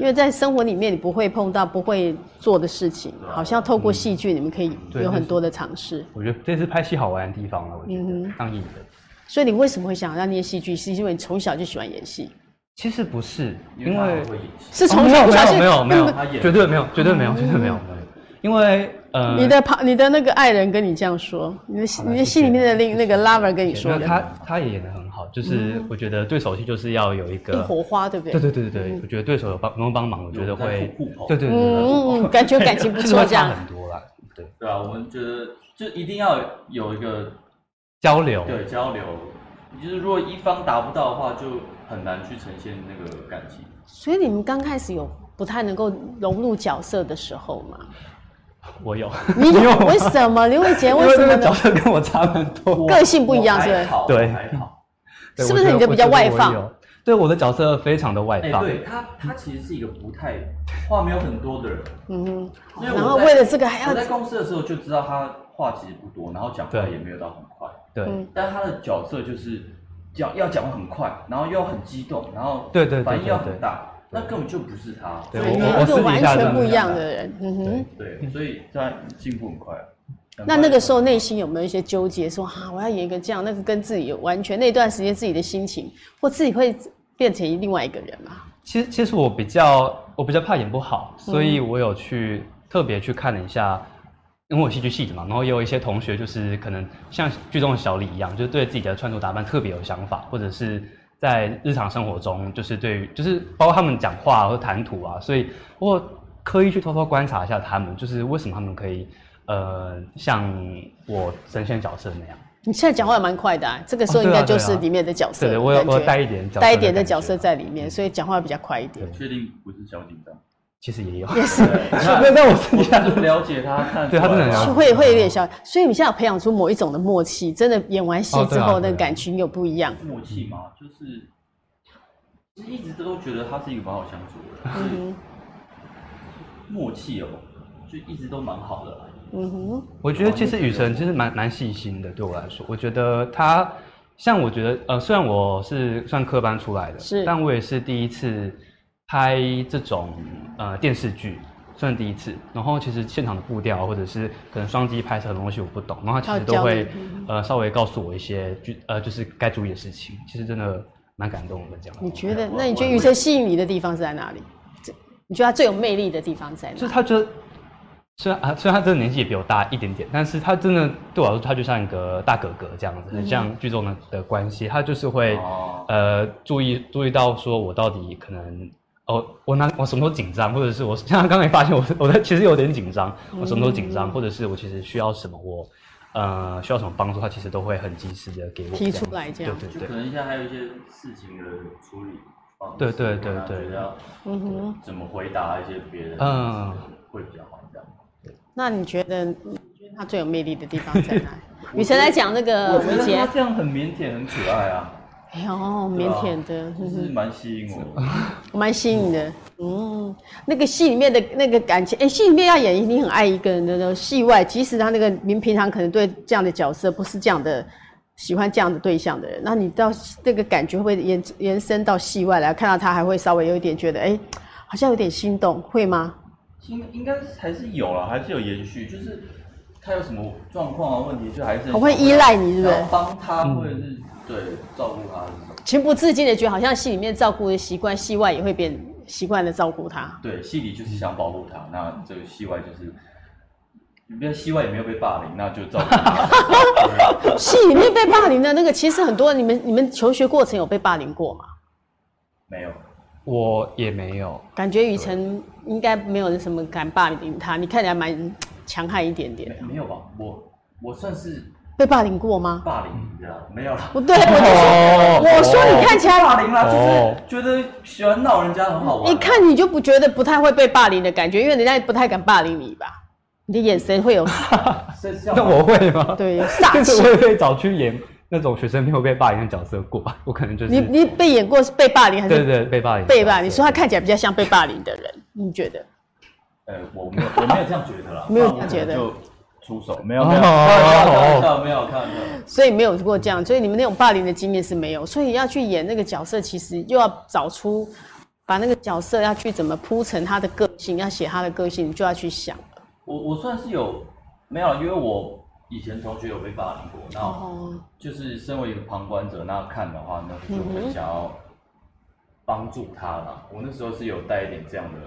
因为在生活里面你不会碰到、不会做的事情，
啊
好像透过戏剧你们可以
对
有很多的尝试。
我觉得这是拍戏好玩的地方了。我觉
嗯
得
哼
当艺人
所以你为什么会想要念戏剧？是因为你从小就喜欢演戏，
其实不是，
对
因
他
为
很会演戏，
是从
哦
小
没
小嗯
有
就
没有没有
他演
绝对没有绝对没有绝对没有，没有因为呃
你的旁你的那个爱人跟你这样说，你的
好了
你的心里面的另那个 lover 跟你
没
说
有
的，嗯
他他也演的很好，就是我觉得对手戏就是要有一
一
个。
火花，对不对？
呃对对对对对，我觉得对手有帮能够帮忙，我觉得会
有在互互，捧
对对对对，对
嗯，感觉感情不
是
错，
会
这
差
样。
很多啦。对，
对啊，我们觉得就一定要有一个
交流，
对交流，就是如果一方达不到的话，就很难去呈现那个感情。
所以你们刚开始有不太能够融入角色的时候 吗？
我有，
你有
吗
为什么？刘伟杰
因
为
为
什
这
么
个角
呢？
色跟我差很多，
个性不一样
我
是不是
还好
对
我还好。
对
是不是你
我
的
觉得
比较外？
我觉得
放
我有对，我的角色非常的外
哎、
放，
对他，他其实是一个不太话没有很多的人，
嗯哼，
因为我
然后
在
为了这个还
我在
哎要
公司的时候就知道他话其实不多，然后讲话
对
也没有到很快，
对
嗯
但他的角色就是讲要讲话很快，然后又很激动，然后
对对对
反应要
对
很
对
大，那根本就不是他，
对
所以
我
那
我
一个
私底
完
下这
全
样
不一
子
样的人。嗯哼
对，
对，所以他进步很快。啊很
那
快
那个时候内心有没有一些纠结说啊，我要演一个这样，那个跟自己有完全那段时间自己的心情，或自己会变成另外一个人啊嘛？
其实其实我
嗯
比较我比较怕演不好，所以我有去特别去看了一下因为我戏剧系的嘛，然后也有一些同学就是可能像剧中的小李一样，就是对自己的穿着打扮特别有想法，或者是在日常生活中，就是对于就是包括他们讲话和谈吐啊，所以我刻意去偷偷观察一下他们，就是为什么他们可以呃像我呈现角色那样。
你现在讲话也蛮快的、啊，这个时候应该就是里面的角色
哦对
的
对，
感觉、
我有我有带一点角色
带一点的
感觉
角色，在里面，所以讲话比较快一点。
对
确定不是小紧张？
其实也有，
也是，
那那我身
我
下
就了解他，看出
对他真的很
来
了解
了
会会有点小，所以你现在有培养出某一种的默契，真的演完戏
哦对
之
啊
后那
对啊
个感情有不一样。
默契嘛，就是其实一直都觉得他是一个蛮好相处的人，
嗯
默契哦，就一直都蛮好的啦。
哼，嗯哼，
我觉得其实雨辰其实蛮蛮细心的，对我来说，我觉得他像我觉得呃，虽然我是算科班出来的，
是
但我也是第一次拍这种呃电视剧，算第一次。然后其实现场的步调或者是可能双机拍摄的东西我不懂，然后他其实都会
他有教你
呃稍微告诉我一些剧呃就是该注意的事情，其实真的蛮感动的这样。
你觉得？
我
那你觉得
我
余生吸引你的地方是在哪里？这你觉得他最有魅力的地方在
就是
哪？
他觉得，虽然啊，虽然他真的年纪也比我大一点点，但是他真的对我来说，他就像一个大哥哥这样
嗯
子，很像剧中的的关系。他就是会、
哦
呃注意注意到说我到底可能哦，我哪我什么时候紧张，或者是我 像他刚才发现我我在其实有点紧张，我什么时候紧
嗯
张，或者是我其实需要什么我。呃，需要什么帮助，他其实都会很及时的给我
提出
样子
来这样
对
就
对
可
对，
能现在还有一些事情的处理方式，
对对对
让他
对
觉得要
嗯哼，
怎么回答一些别人，
嗯
嗯，会比较好这样。
那你觉得你觉得他最有魅力的地方在 哪里？雨辰来讲那个
我
吴
觉得
杰
他，这样很腼腆，很可爱啊，
哎呦，腼腆的，
就
嗯
是
哼
蛮吸引我的。
嗯
蛮吸引的。嗯，那个戏里面的那个感情，哎、戏里面要演一定很爱一个人的那种戏外，即使他那个您平常可能对这样的角色不是这样的喜欢这样的对象的人，那你到那个感觉会不会延延伸到戏外来？看到他还会稍微有一点觉得，哎、好像有点心动，会吗？
应应该还是有啦，还是有延续，就是他有什么状况啊问题，就还是很
我会依赖你，是不是
要？帮他
嗯
或者是对照顾他这种。
情不自禁的觉得，好像戏里面照顾的习惯，戏外也会变习惯的照顾他。
对，戏里就是想保护他，那这个戏外就是，不要戏外也没有被霸凌，那就照 顾他。对
戏里面被霸凌的那个，其实很多你们你们求学过程有被霸凌过吗？
没有，
我也没有，
感觉雨辰应该没有人什么敢霸凌他，你看起来蛮强悍一点点
没。没有吧？我我算是
被霸凌过吗？
霸
嗯
凌你知道吗没有啦。
不对，我就说，
哦
我说你看起
霸
来，
凌啦，
哦
就是觉得喜欢闹人家很好玩。啊
一看你就不觉得不太会被霸凌的感觉，因为人家不太敢霸凌你吧？你的眼神 会有，
是这
哦
样
那
吗，
我会吗？
对有 煞气
我也被找去演那种学生没有被霸凌的角色过吧？我可能就是
你你被演过是被霸凌还
对对
是
对被霸凌的角色，
被霸凌？你说他看起来比较像被霸凌的人，你觉得？
呃，我没有，我没有这样觉得啦，
没有
那我可能
这样觉得
就出手，没
哦
有，没有，开玩笑，没有，开玩笑。
所以没有过这样，所以你们那种霸凌的经验是没有，所以要去演那个角色，其实又要找出把那个角色要去怎么铺成他的个性，要写他的个性，你就要去想。
我我算是有，没有，因为我以前同学有被霸凌过，那
哦，
就是身为一个旁观者，那看的话，那就很想要帮助他啦。我那时候是有带一点这样的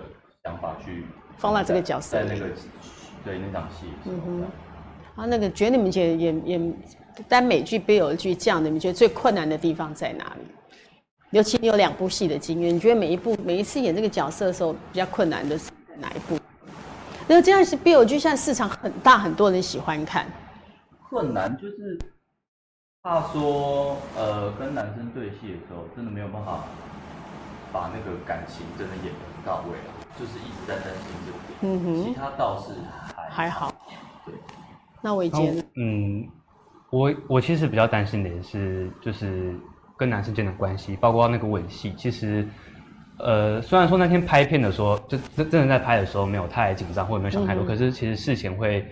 想法去
放到这个角色
在
里嗯
那个对那场戏的时候。这样
啊，那个觉得你们觉得演演单美剧、BL 剧这样的，你们觉得最困难的地方在哪里？尤其你有两部戏的经验，你觉得每一部每一次演这个角色的时候，比较困难的是哪一部？因为这样是 BL 剧，现在市场很大，很多人喜欢看。
困难就是怕说，呃，跟男生对戏的时候，真的没有办法把那个感情真的演得很到位啊，就是一直在担心这个点。
嗯哼
其他倒是还
还好。
对，
那伟
然后
杰呢？
嗯，我我其实比较担心的也是就是跟男生间的关系，包括那个吻戏，其实。呃，虽然说那天拍片的时候，就真真的在拍的时候没有太紧张或者没有想太
嗯
多，可是其实事前会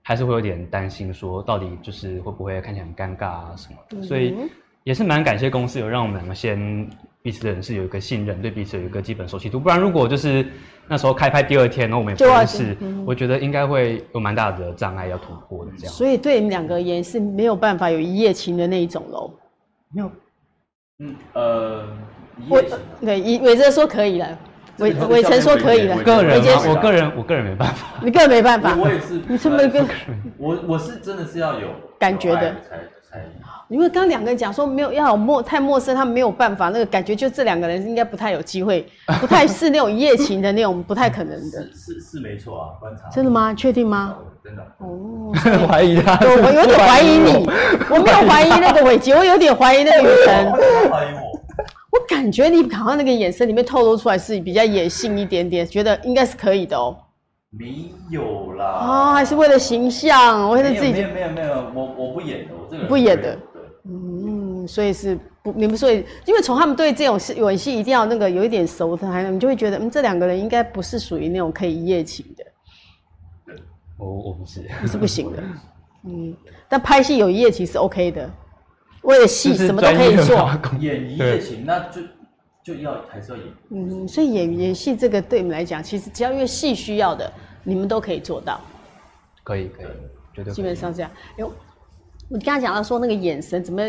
还是会有点担心，说到底就是会不会看起来很尴尬啊什么的，所
嗯
以也是蛮感谢公司有让我们两个先彼此的人是有一个信任，对彼此有一个基本熟悉度，不然如果就是那时候开拍第二天，然后我们也不
就要
认识，
嗯
我觉得应该会有蛮大的障碍要突破的这样。
所以对你们两个而言是没有办法有一夜情的那一种喽。
没有
嗯呃，一
我
夜情啊
呃对以伟哲说可以了，伟
这个
伟成说可以的
我，
个人
伟杰
吗？
是
我个人，我个人没办法。
你更没办法
啊我，我也是，
你这么一个，
我我是真的是要有
感觉的
有爱才才
因为刚两个人讲说没有要有陌太陌生，他们没有办法，那个感觉就这两个人应该不太有机会，不太是那种一夜情的那种，不太可能的
是。是是没错啊，观察
真的吗？确定 吗？
真的
哦，
我怀疑他，
我我有点怀疑你
我，
我没有怀疑那个伟杰，我有点怀疑那个雨辰。
他怀疑我，
我感觉你好像那个眼神里面透露出来是比较野性一点点，觉得应该是可以的哦。
没有啦，
哦，还是为了形象，为了
没有
自
没
己，
有没有没有，我我不演的，我这个人
不演的
对，
嗯，所以是不，你们所以，因为从他们对这种戏吻戏一定要那个有一点熟的，还有你就会觉得，嗯，这两个人应该不是属于那种可以一夜情的，
我我不是，
你是不行的，嗯，但拍戏有一夜情是 OK 的，为了戏
就是
什么都可以
专业
做
化，工
演一夜情那就就要还是要演，
嗯，所以演演戏这个对你们来讲，其实只要因为戏需要的，你们都可以做到。
可以可以，绝对可以
基本上是这样。有，我刚才讲到说那个眼神怎么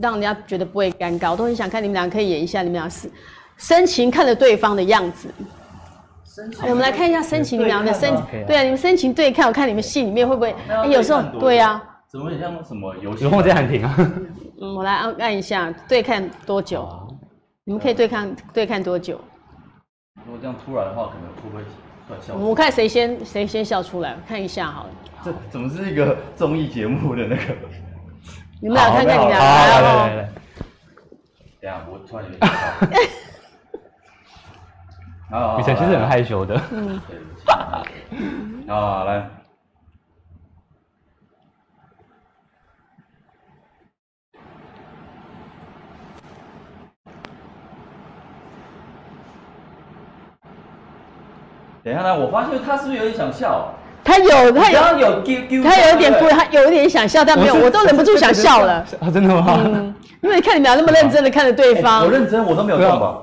让人家觉得不会尴尬，我都很想看你们俩可以演一下，你们俩是深情看着对方的样子。
深情
哎我们来看一下深情，你们俩的深
对看啊
可以啊
对啊，你们深情对看，我看你们戏里面会不会
那要
哎有时候
看多久
对啊，，
怎么很像什么游戏
有？空再喊停啊。
嗯，我来按按一下对看多久，你们可以对看对看多久？
如果这样突然的话，可能会不会算笑
我？们看谁先谁先笑出来，看一下好了。
这怎么是一个综艺节目的那个？
你们俩看看你们俩
好
来
好来
哦
来。来，
等一下我突然有点想笑。啊
雨辰其实很害羞的，
嗯
啊，来，等一下呢，我发现他是不是有点想笑？
他有他有
刚刚有 Q Q，
哎他有点不，他有点想笑，但没有，
是
我都忍不住想笑 了。
啊，真的吗？
嗯，因为看你们俩那么认真的看着对
哎我
方，
认真，我都没有
没有
看吧？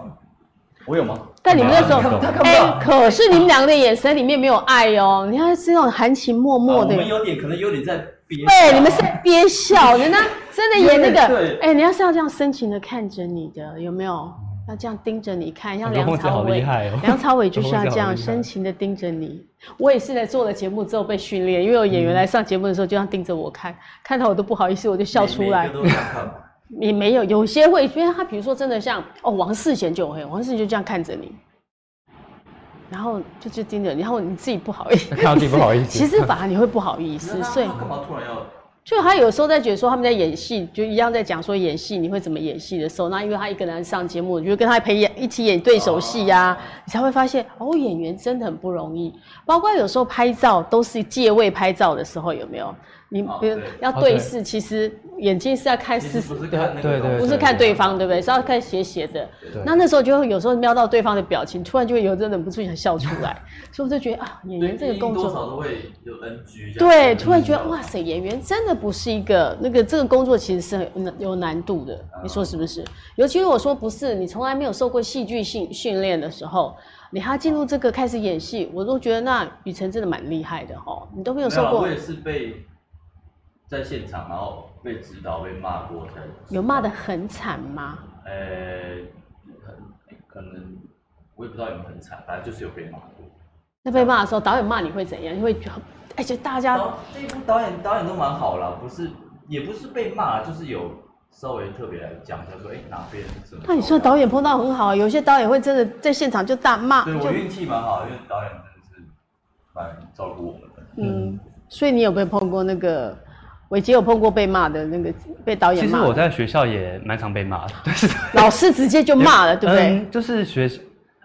我有吗？
但你们那时候
他看不到，
哎、可是你们两个的眼神里面没有爱哦，你看是那种含情脉
啊
脉
我
的。
们有点可能有点在憋笑。
对，你们是在憋笑，人家真的演那个
对，对
哎、人家是要这样深情的看着你的，有没有？要这样盯着你看，像
我觉得
梁
孟子
朝
好
伟
厉害哦，
梁朝伟就是要这
我觉得孟子好
样
厉害
深情的盯着你。我也是在做了节目之后被训练，因为有演员来上节目的时候就这样盯着我看，看到我都不好意思，我就笑出来
每。个都想看吧
也没有，有些会，因为他比如说真的像哦，王世贤就会，王世贤就这样看着你，然后就就盯着你，然后你自己不好意 思，
看到自己不好意 思
其实反而你会不好意思，
那他
所以
他干嘛突然要？
就他有时候在觉得说他们在演戏，就一样在讲说演戏你会怎么演戏的时候，那因为他一个人上节目，你就跟他陪演一起演对手戏呀、你才会发现哦，演员真的很不容易。包括有时候拍照都是借位拍照的时候，有没有？你
哦
比如
对
要
哦
对
对
视，其实眼睛是要看
其
四
实
十
不是看那个
对对
东西
不是看对方，对不对？是要看斜斜的。
对
那那时候就会有时候瞄到对方的表情，突然就会有人忍不住想笑出来，所以我就觉得啊，演
对
员这个
一定
工
多少
作，
都会有 NG 这样。
对，突然
嗯
觉得哇塞，演员真的不是一个那个这个工作其实是很有有难度的，你
嗯
说是不是？尤其如果说不是你从来没有受过戏剧性训练的时候，你还要进入这个开始演戏，我都觉得那雨辰真的蛮厉害的哦，你都没
没
有
有
受
啦
过
我，也是被在现场，然后被指导、被骂过才。
有骂的很惨吗？
呃，很可能我也不知道有没有很惨，反正就是有被骂过。
那被骂的时候，导演骂你会怎样？你会觉得，而且大家
导这一部导演导演都蛮好啦，不是也不是被骂，就是有稍微特别来讲一下说，哎、哪边什么。
那你说导演碰到很好啊，有些导演会真的在现场就大骂，
对
啊就
我运气蛮好，因为导演真的是蛮照顾我们的。
嗯，所以你有没有碰过那个伟杰有碰过被骂的那个被导演
其实
骂
我
的，
在学校也蛮常被骂的，但是
老师直接就骂 了，对不对？
嗯、就是学，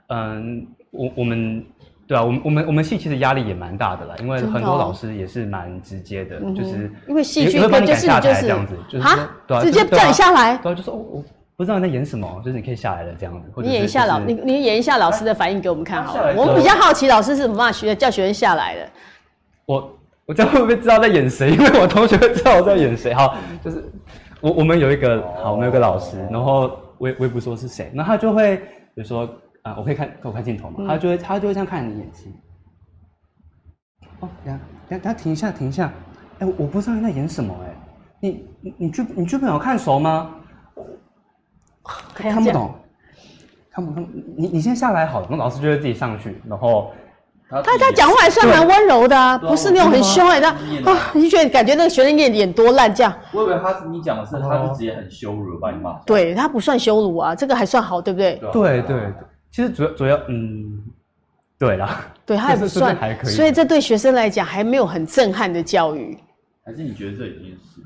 嗯，我我们对啊，我们我们我们系其实压力也蛮大的啦，因为
真的哦
很多老师也是蛮直接的，
嗯哼
就是
因为戏剧
也会
课
帮你
就
赶
是
下
就
台
是
这样子，就是
啊
说对啊，
直接
就是对啊
叫你下来
对啊，就说哦我不知道你在演什么，就是你可以下来了这样子，或者
你演一
是
下老，
就
你
是
你演一下老师的反应给我们看好
他下
了
来。之
我
后
们比较好奇老师是怎么骂学叫学生下来的。
我我这样会不会知道在演谁？因为我同学会知道我在演谁。好，就是我我们有一个好，我们有一个老师，然后我也我也不说是谁，那他就会比如说啊、我可以看给我看镜头嘛，他就会他就会这样看你演戏。哦，等一下等一下等一下停一下停一下，哎、我我不知道你在演什么哎、你你你剧你剧本有看熟吗？
还要
看
这
不
样
懂。他们他们你你先下来好了，然后老师就会自己上去，然后
他
他
自己
他
也
讲话还算蛮温柔的啊，
对
不是那种很凶哎，那
真的吗
啊，你就觉得感觉那个学生脸脸多烂这样，
我以为他是你讲的是他是直接很羞辱地把你骂下来，
对他不算羞辱啊，这个还算好，对不对？
啊
对对，其实主要主要嗯，对啦，
对他也
这
不
是
算
这还可，以
所以这对学生来讲还没有很震撼的教育，
还是你觉得这已经是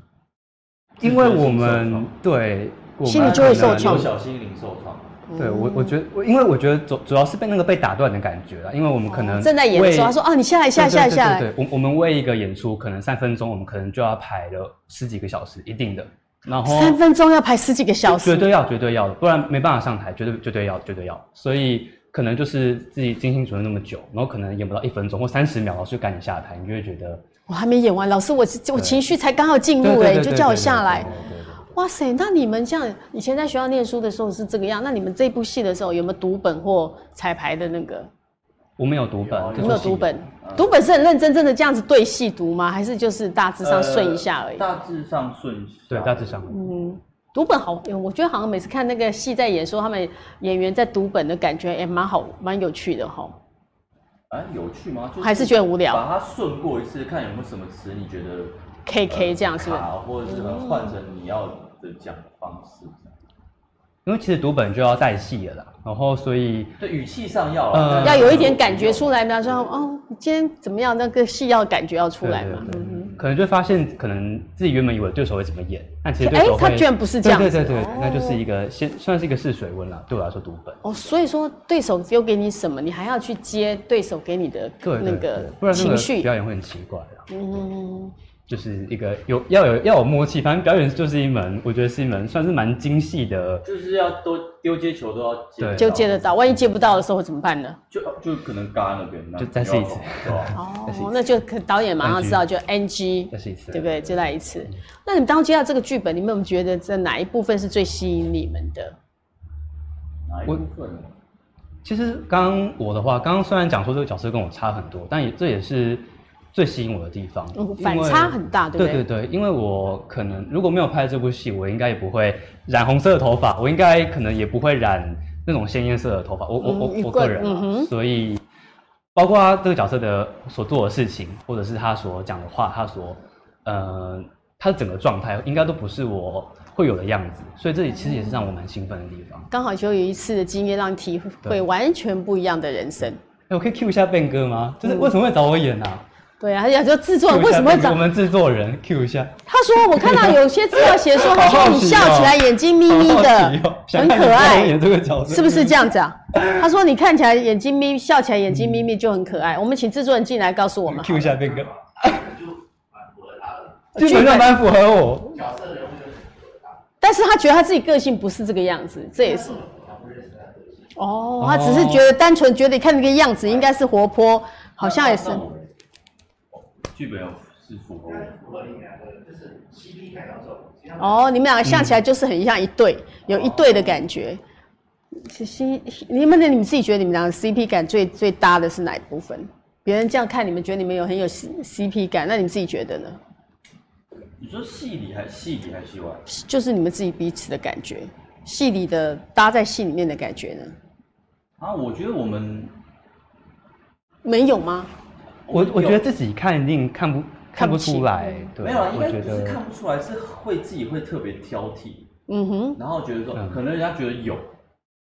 因为我们对我们
心里就会受
可能
创
有小心灵受创，
对我，我觉得，我因为我觉得主主要是被那个被打断的感觉啦，因为我们可能
正在演的时候，
为
他说啊，你下来下来下来下
对对
来，
对对对，我我们为一个演出，可能三分钟，我们可能就要排了十几个小时，一定的。然后
三分钟要排十几个小
绝
时，
哦对要，绝对要的，不然没办法上台，绝对绝对要，绝对要。所以可能就是自己精心准备那么久，然后可能演不到一分钟或三十秒，老师就赶你下台，你就会觉得
我还没演完，老师我我
对
情绪才刚好进
对
入
对
哎，
对
你就叫我
对对
下
对
来
对，对对对对
哇塞，那你们这样以前在学校念书的时候是这个样，那你们这部戏的时候有没有读本或彩排的那个？
我们有读本
有，
可
有
是
没有
戏呃
读本？
嗯
读本是很认真，真的这样子对戏读吗？还是就是大致上顺一下而已？
呃大致上顺下
对，大致上
嗯，读本好，嗯我觉得好像每次看那个戏在演说，他们演员在读本的感觉也蛮好，蛮有趣的哈。
哎有趣吗？就是
还是觉得无聊
把它顺过一次，看有没有什么词你觉得
K K
呃
这样是不是？哦
卡或者是呃换成你要的讲的方式这样。
因为其实读本就要带戏了啦，然后所以
对，语气上要啊
呃
要有一点感觉出来呢，说哦，你今天怎么样？那个戏要感觉要出
对
来嘛。
对对
嗯哼
可能就会发现，可能自己原本以为对手会怎么演，但其实
哎
对手会，
他居然不是这样
对
子
对对对
哦
那就是一个先算是一个试水温了。对我来说，读本。
哦，所以说对手丢给你什么，你还要去接对手给你的
对
那
对对
个
不然那
情
个
绪。
表演会很奇怪啊。
嗯，
就是一个有要有要有默契，反正表演就是一门，我觉得是一门算是蛮精细的。
就是要都丢接球都要接
对
到，
就接得到，万一接不到的时候怎么办呢？
就就可能嘎那边，那
就再
你要
试一次
对吧
那是一
哦
次，
那就可导演马上知道，就 NG，
再试一次
对不对？就来一次。那你们当接到这个剧本，你们有没有觉得这哪一部分是最吸引你们的？
哪一
我
部分呢？
其实刚刚我的话，刚刚虽然讲说这个角色跟我差很多，但也这也是最吸引我的地方，
嗯
因为
反差很大对不
对
对
对对，因为我可能如果没有拍这部戏，我应该也不会染红色的头发，我应该可能也不会染那种鲜艳色的头发，我我我
嗯一
我
个
个人
嗯
啊、
哼
所以包括他这个角色的所做的事情，或者是他所讲的话，他所呃他的整个状态，应该都不是我会有的样子，所以这里其实也是让我蛮兴奋的地方。
刚好就有一次的经验，让你体会
对
完全不一样的人生。
哎、我可以 Q 一下 Ben 哥吗？就是为什么会找我演啊？
对啊，而且说制
Q
作人嗯为什么会
一下 Ben 哥
找
我？们制作人 Q 一下？
他说我看到有些资料写说，他说你笑起来眼睛眯眯
好好
的
奇哦，想
很
看你
可
找我
爱
演。这个角色
是不是这样子啊？他说：“你看起来眼睛眯，笑起来眼睛眯眯就很可爱。”我们请制作人进来告诉我们好
？Q 一
了。
下 Ben 哥，
剧
基
本
本上蛮符合我。
但是他觉得他自己个性不是这个样子，这也是。哦，他只是觉得单纯觉得你看那个样子应该是活泼，好像也是
那我剧本有是符合我
哦。你们两个像起来就是很像一对，有一对的感觉。其实你们你们自己觉得你们两个 CP 感最最搭的是哪一部分？别人这样看你们觉得你们有很有 C- CP 感，那你们自己觉得呢？
你说戏里还戏里还戏外？
就是你们自己彼此的感觉，戏里的搭在戏里面的感觉呢？
啊，我觉得我们
没有吗？
我我
有
觉得自己看一定看不看不出来，对，
没有啊，应
我
该
觉
不是
得
看不出来，是会自己会特别挑剔，
嗯哼。
然后觉得说
嗯
可能人家觉得有，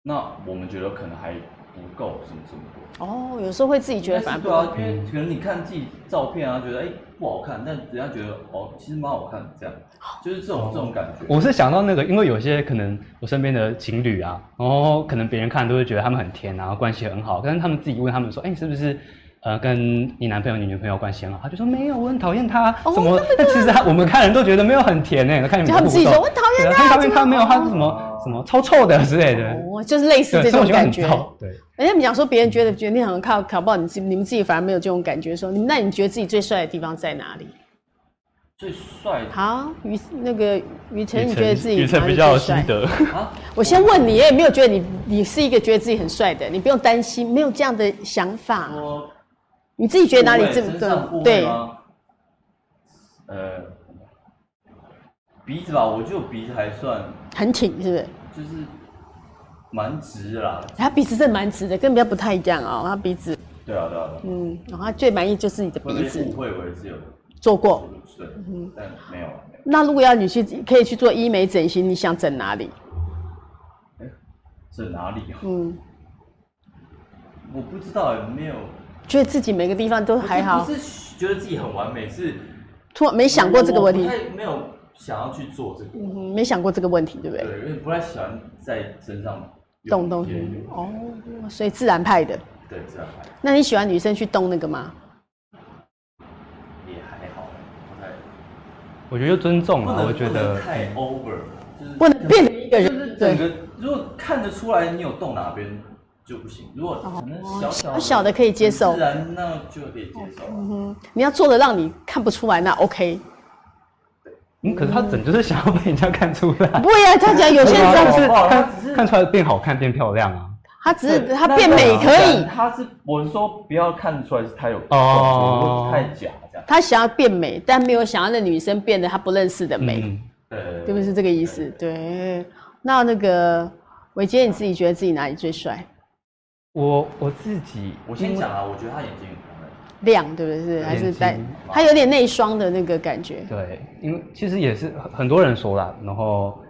那我们觉得可能还不够什么什么的。
哦，有时候会自己觉得
但
反
是
不
对啊，
嗯
因为可能你看自己照片啊，觉得哎、不好看，但人家觉得哦其实蛮好看，这样就是这种、这种感觉。
我是想到那个，因为有些可能我身边的情侣啊，然后可能别人看都会觉得他们很甜啊，然后关系很好，但是他们自己问他们说，哎、你是不是呃跟你男朋友、你女朋友关系很好？他就说没有，我很讨厌他，
哦
怎么？但其实他我们看人都觉得没有很甜呢、看你
就
们
他们自己
互
说我
动
很讨厌
对啊
他
很讨厌他，
怎么
没有他是
好
什么什么超臭的之类的，
哦，就是类似这
生
种
活习
感
惯很
觉。
糟，对。
人家们讲说别人觉得觉得你很靠考不好，你自你们自己反而没有这种感觉的时候，你那你觉得自己最帅的地方在哪里？
最帅的
好，于那个于晨，你
雨
觉得自己
雨辰
哪里
比较有
最帅？
心得，
啊，
我先问你，也没有觉得你你是一个觉得自己很帅的，你不用担心，没有这样的想法。
我
你自己觉得哪里这么
身上部位
对？
吗？呃，鼻子吧，我觉得我鼻子还算
很挺是不是？
就是蛮直的啦。
他鼻子真的蛮直的，跟别人不太一样哦。他鼻子，
对啊，对啊，对啊
嗯，然后他最满意就是你的
会
鼻子
被误会为只有
做过。嗯
五岁，但没有没有。
那如果要你去，可以去做医美整形，你想整哪里？
是哪里啊？
嗯，
我不知道，欸没有。
觉得自己每个地方都还好
不，是觉得自己很完美，是
突然没想过这个问
我
题
不，太没有想要去做这个，
嗯哼，没想过这个问题，对不对？
对，因为不太喜欢在身上
动动
别人有
哦，所以自然派的。
对，这样还
那你喜欢女生去动那个吗？
也还好，不太
我觉得就尊重
不
啊，
能
我觉
不
得
能太 over，就是
不能变成一个
就
人，
是整个如果看得出来你有动哪边就不行，如果可能小小
哦小小的可以接受
很自然那就可以接受啊。
嗯，你要做的让你看不出来，那 OK。
嗯，可是他整就是想要被人家看出
哎
来，啊
不呀，他讲有些
但
人
是
好不好他只
看
是
看出来变好看变漂亮啊，
他只是
对
他
那
变
那
美
很
可以
假，他是我是说不要看出来是他有
哦
哦，太假这样。
他想要变美，但没有想要那女生变得他不认识的美，
嗯，
呃，
对不对？是这个意思。对，那那个伟杰，你自己觉得自己哪里最帅？
我我自己，
我先讲啊，我觉得他眼睛很漂亮
亮，对不对？是还
哎
是
眼睛
带他有点内双的那个感 觉。
对，因为其实也是很很多人说啦，然后，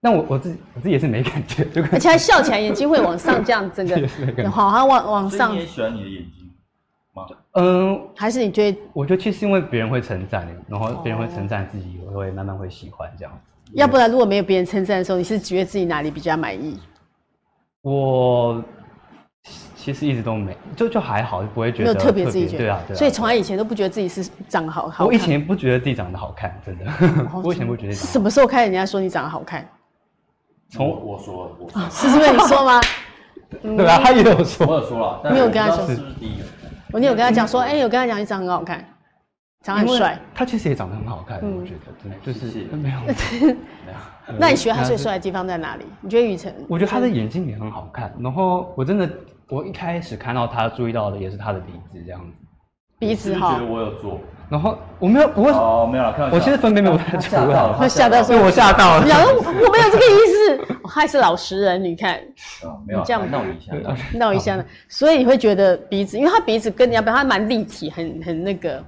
但我我自己我自己也是没感觉，就
而
感
且他笑起来眼睛会往上，这样整
也
个
是没感觉
好像往往
所
哦
以
上
你也，喜欢你的眼睛吗？
嗯，
还是你觉得
我觉得其实因为别人会称赞，然后别人会称赞自己，我会慢慢会喜欢这样子。
要不然如果没有别人称赞的时候，你是觉得自己哪里比较满意？
我其其实一直都没，就就还好，不会觉
没有
得
特别自己觉得，
对啊，对啊。
所以从来以前都不觉得自己是长得好好看。哦
我以前不觉得自己长得好看，真的， 我以前不觉得
是
自己
什么时候开始人家说你长得好看？
从
嗯我我说了，我说了
是因为你说吗？
对啊，他也有
我
说，
有说了，但
你有
我不
跟他
知道
说
是不是第一个？
我你有跟他讲说，哎、有跟他讲你长得很好看，长得
因
很
为
帅。嗯
他其实也长得很好看，我觉得真的就
嗯谢
是
谢
没有。
嗯
那你觉得他最帅的地方在哪里？你觉得雨辰？
我觉得他的眼睛也很好看，
嗯
然后我真的，我一开始看到他注意到的也是他的鼻子这样子，
鼻
你
子
是不是
哈
觉得，我有做？
然后我没有，我
哦，没有了，开玩笑。
我其实分辨没有太
他
出
吓
来，
到了，
会吓到
所以我吓到了。
然后我没有这个意思，我哦还是老实人，你看
哦没
你
有啦，
这样
弄一下，
闹一下呢。所以你会觉得鼻子，因为他鼻子跟人家不一样，他蛮立体，很很那个。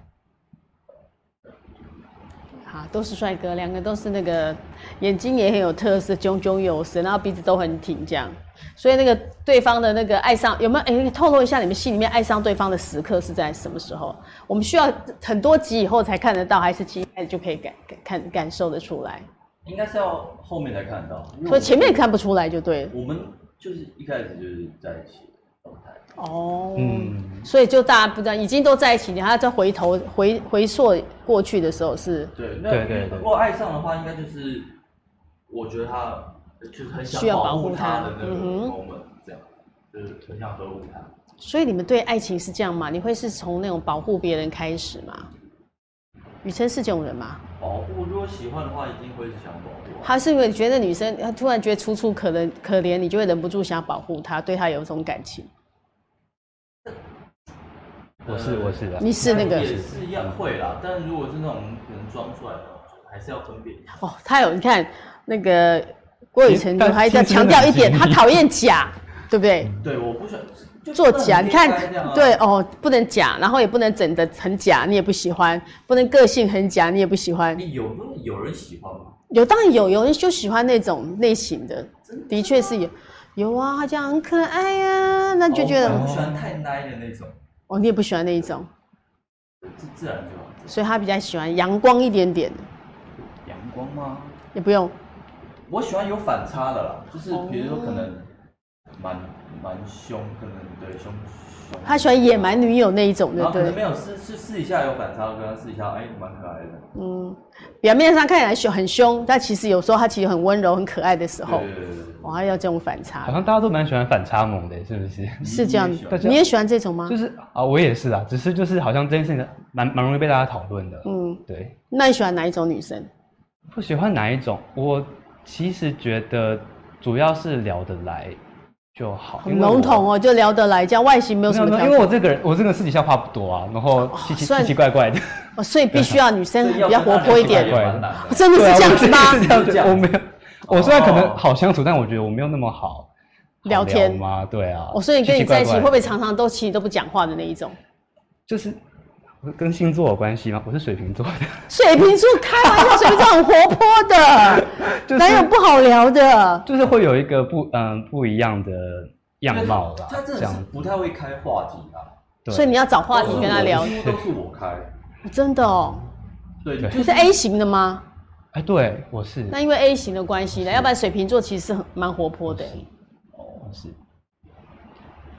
好，都是帅哥，两个都是那个眼睛也很有特色，炯炯有神，然后鼻子都很挺，这样。所以那个对方的那个爱上有没有？哎、透露一下你们心里面爱上对方的时刻是在什么时候？我们需要很多集以后才看得到，还是其实一开始就可以感感感感受得出来？
应该是要后面才看得到，因为
所以前面
我
看不出来就对了。
我们就是一开始就是在一起的状态，
哦，
嗯
所以就大家不知道，已经都在一起，你还要再回头回回溯过去的时候是
对，那
对对对
如果爱上的话，应该就是我觉得他就是很
需要
想
保
保
护
护
他
他的那个
嗯哼
moment，这样就是很想呵护他。
所以你们对爱情是这样吗？你会是从那种保护别人开始吗？雨琛是这种人吗？
保护，如果喜欢的话，一定会是想保护啊。
他是因为觉得女生，他突然觉得楚楚可怜可怜，你就会忍不住想保护她，对她有一种感情。
我是我是的，
你是那个
也是一样会啦，但如果是那种可能装出来的，还是要分辨。
哦，他有你看那个郭雨辰，
但
还在
其实
强调一点，
真的
他
很
讨厌假，对不对？
对，我不喜欢就
作
不能
假，你看
贴开这样啊，
对哦，不能假，然后也不能整的很假，你也不喜欢；不能个性很假，你也不喜欢。
你有那有人喜欢吗？
有当然有，有人就喜欢那种类型的，的确是有，有啊，他这样很可爱呀、那就觉得
我
哦
不喜欢太 nice 的那种，
你也不喜欢那一种，
自自然就好。
所以他比较喜欢阳光一点点的，
阳光吗？
也不用
我喜欢有反差的啦，就是比如说可能蛮蛮凶，可能对凶凶。
他喜欢野蛮女友那一种，对
然
不
后可能
对
没？有私私私底下有反差，跟他私底下哎蛮可爱的。
嗯，表面上看起来凶很凶，但其实有时候他其实很温柔、很可爱的时候
对，对对对对，
哇，要这种反
好
差，
像大家都蛮喜欢反差萌的，是不是？
是这样
你也喜欢
大家
你也喜欢这种吗
就？是啊，我也是啊，只是就是好像这件事情蛮蛮容易被大家讨论的。
嗯，
对，
那你喜欢哪一种女生？
不喜欢哪一种？我其实觉得主要是聊得来就好。
很笼统
哦。
哦，就聊得来，这样外形没有
没
什
有
么
没
条
有，
件，
因为我这个人，我这个人私底下话不多啊，然后奇奇
算
奇奇怪怪的，
哦所以必须要女生
所以要
比较活泼一
跟
点哦
他聊。也蛮难的。
真的是这样子吗？
对啊我自己是这样
是这
子，
样
我没有，我虽然可能
哦
好相处，但我觉得我没有那么好
聊天
吗？对啊。
我、哦所以你跟你
奇奇怪
在一起
怪
会
的
不会常常都其实都不讲话的那一种？
就是跟星座有关系吗？我是水瓶座的，
水瓶座开玩笑，水瓶座很活泼的，
就是
哪有不好聊的？
就是会有一个不嗯、不一样的样貌啦
他，真
这
的
样
是不太会开话题啊。
对。哦
所以你要找话题跟他聊
都，是我几乎都是我开。
真的哦。
对，
对
就
你是 A 型的吗？
哎，对，我是，
那因为 A 型的关系呢，要不然水瓶座其实是很蛮活泼的。
我是，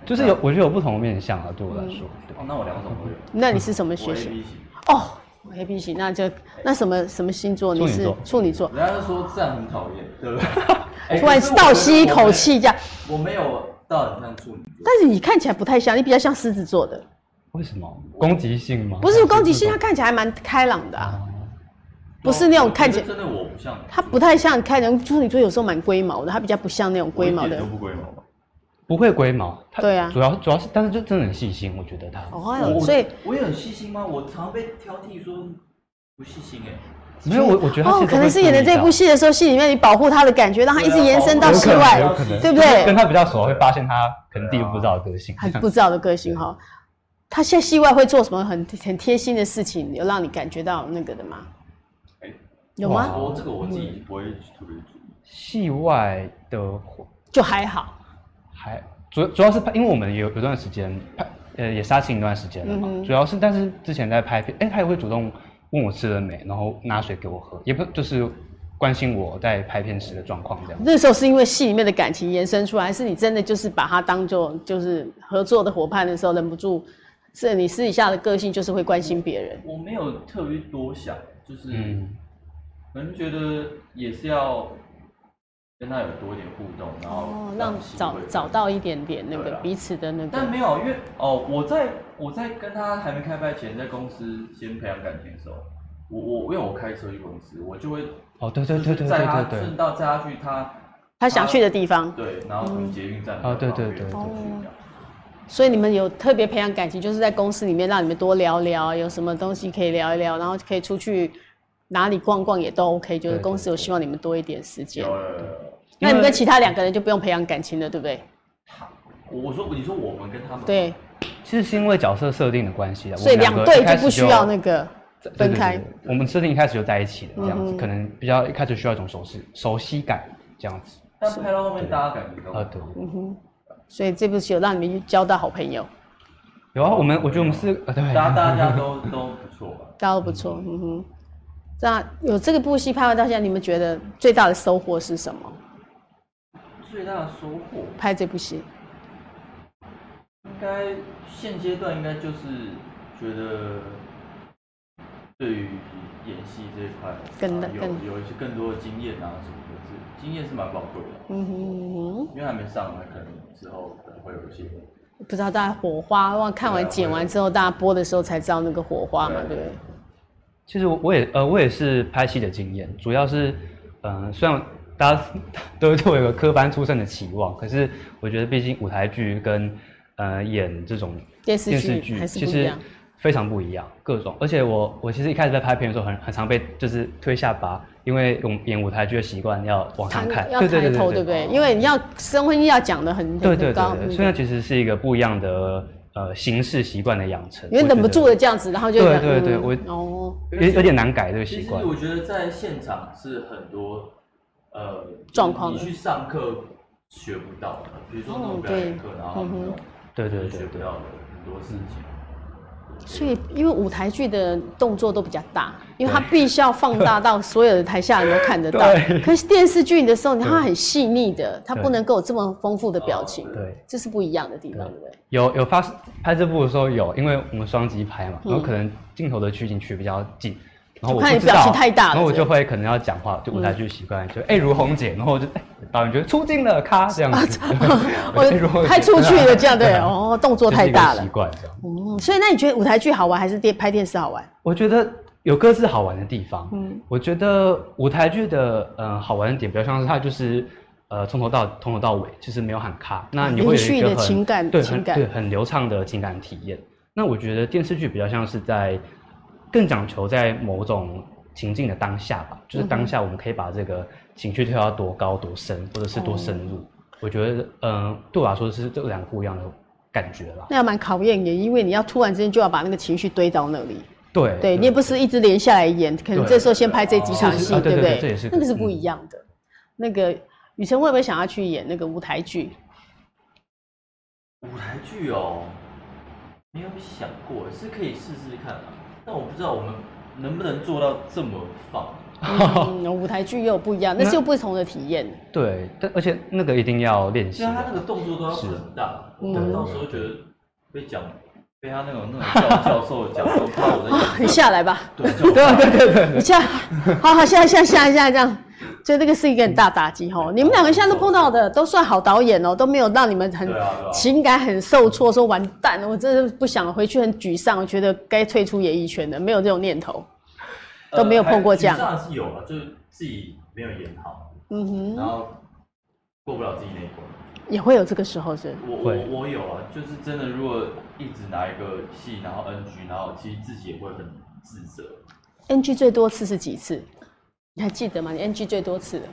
就是有，我觉得有不同的面相啊，对我来
嗯
说，对
哦，那我两种都有。
那你是什么
我
血
A
型？
B 型，
哦我，A B 型，那就那什么什么星座？你
处女
是
座
处女座，
人家都说这样很讨厌，对不 对？哎
突然倒吸一口，气这样。
可是我觉得我没有我没有到很像处女座，
但是你看起来不太像，你比较像狮子座的，
为什么攻击性吗？
不是攻击性，啊他
还是
看起来还蛮开朗的啊，不是
哦
那种
我觉得
看起来
真的我不像，
他不太像开人处女座，有时候蛮龟毛的，他比较不像那种
我一
龟毛
点
的
都。不龟毛吧。
不会龟毛，他
对啊
主要主要是，但是就真的很细心，我觉得他，
哦
我
哟，所以
我有很细心吗？我常被挑剔说不细心哎，
没有我我觉得他
哦，
其实
可能
会
是演的
注意
这
到
部戏的时候，戏里面你保护他的感觉，让他
啊
一直延伸到
有
戏
可能
外，
有可能
对不对？啊
跟他比较熟，会发现他可能第一步不知道的个性，
很不知道的个性哈。他现在戏外会做什么很很贴心的事情，有让你感觉到那个的吗
哎？
有吗？
我这个我自己不会特别注意。
戏外的
就还好，
还主主要是拍，因为我们有有段时间拍，呃，也杀青一段时间了嘛。
嗯哼
主要是，但是之前在拍片，哎、他也会主动问我吃了没，然后拿水给我喝，也不就是关心我在拍片时的状况这样。
那时候是因为戏里面的感情延伸出来，还是你真的就是把他当做就是合作的伙伴的时候，忍不住，是你私底下的个性就是会关心别人。
我没有特别多想，就是
嗯，
可能觉得也是要跟他有多一点互动，然后
哦，让
机
找
会
找。到一点点那个
对啊
彼此的那
但
个
没有，因为哦，我在我在跟他还没开拍前，在公司先培养感情的时候，我我因为我开车去公司，我就会
哦，对对对
就
对
是
对
载他
对对，
顺道载他去他
他想去的嗯地方，
对，然后从捷运站
哦对对对对
对
对，
所以你们有特别培养感情，就是在公司里面让你们多聊聊，有什么东西可以聊一聊，然后可以出去哪里逛逛也都 OK，就是
对对
公司有希望你们多一点时间
有。有有有。
那你们
因为
跟其他两个人就不用培养感情了，对不对？
我我说你说我们跟他们
对，
其实是因为角色设定的关系啊，
所以
我们
两
个
队
一开
就
始
不需要那个
对对
分
对
开
对。我们设定一开始就在一起了，这样
嗯
子，
哼
可能比较一开始需要一种熟悉熟悉感这样子。
但拍到后面大家感觉
啊，
到
对。
嗯哼，所以这部戏有让你们交到好朋友，
有啊，我们我觉得我们是啊，对，
大家大家都都不错吧？
大家都不错。嗯哼，那有这个部戏拍完到现在，你们觉得最大的收获是什么？
最大的收获
拍这部戏，
应该现阶段应该就是觉得对于演戏这一块，
更
啊
的
有
更
有一些更多的经验啊什么的，这经验是蛮宝贵的。
嗯哼嗯哼。
因为还没上，可能之后可能会有一些
不知道大家火花，哇，看完
对啊
剪完之后，大家播的时候才知道那个火花嘛，对
对
不对？
其实我我也呃我也是拍戏的经验，主要是嗯、呃虽然大家 都对我有个科班出身的期望，可是我觉得毕竟舞台剧跟呃演这种
电视剧
电视剧
还是
其
不一
实
样
非常不一样，各种。而且我我其实一开始在拍片的时候很很常被就是推下巴，因为我们演舞台剧的习惯要往上看，
要抬头，对不对？因为你要升温要讲的很
对
很
对对
高，
对，
嗯
所以那其实是一个不一样的呃形式习惯的养成，
你会忍不住
我
的
觉得
这样子，然后就
对
讲
对对
嗯
我
哦，
有有点难改这个
其
习
实
惯。
我觉得在现场是很多呃
状况
你
的
去上课学不到的，比如说那
哦
种表演
对
课，然后那种
对对对
学
对
不
对。
到的很多事情。
所以因为舞台剧的动作都比较大，因为它必须要放大到所有的台下人都看得到
对。
可是电视剧的时候，它很细腻的，它
对
不能够有这么丰富的表情，
对，
这是不一样的地方，对不对？
有有发拍这部的时候有，因为我们双机拍嘛，然后可能镜头的取景区比较近，然后
嗯
我
就怕你
不知道
表情太大了嗯
然后我
是
就
不
会可能要讲话，就舞台剧习惯就哎、如红姐，然后我就哎导演觉得出镜了，咔这样子， 哎如红
啊我
姐
拍哦出去了，这样对
对啊
哦，动
就
作
是
太
一个
大了
习。惯这样。
嗯，所以那你觉得舞台剧好玩还是电拍电视好玩？
我觉得有各自好玩的地方。
嗯
嗯，我觉得舞台剧的呃好玩的点，比较像是它就是呃从头到从头到尾，就是没有喊卡，那你会有
连续
一
的
个很
情感
对
情
很
感
对很流畅的情感体验。那我觉得电视剧比较像是在更讲求在某种情
嗯
境
哦
的当下吧，就是当下我们可以把这个情绪推到多高多深，或者是多深入。我觉得，嗯，对我来说是这两个不一样的感觉啦。
那要蛮考验你，因为你要突然之间就要把那个情绪堆到那里。
对，
对你也不是一直连下来演，可能
对
这时候先拍这几场
哦
戏，
啊
对
嗯对
不
对对这也是
那个是不
嗯
一样的。那个雨辰会不会想要去演那个舞台 剧？
舞台剧哦，没有想过，是可以试试看啊，但我不知道我们能不能做到这么放。
嗯，舞台剧又有不一样，那
那
是又不同的体 验。
对，但而且那个一定要练习
虽然啊他那
的。
个动作都要
是
很大，
嗯
我怕到时候觉得被讲，被他那种那种教教授讲，我怕我的
啊，你
眼睛
下来吧，
对就
对对对对
你 下来，好好下来下来下来下来这样，所以那个是一个很大打击吼。你们两个现在都碰到的都算好导演哦，都没有让你们很
对啊对啊
情感很受挫，说完蛋了，我真的不想回去，很沮丧，我觉得该退出演艺圈的，没有这种念头， 都没有碰过这样。
呃还沮丧是有啊，就是自己没有演好，
嗯哼。
然后过不了自己那一关。
也会有这个时候是，
我
会
我我有啊，就是真的，如果一直拿一个戏，然后 NG，然后其实自己也会很自责。
NG 最多次是几次？你还记得吗？你 NG 最多次的，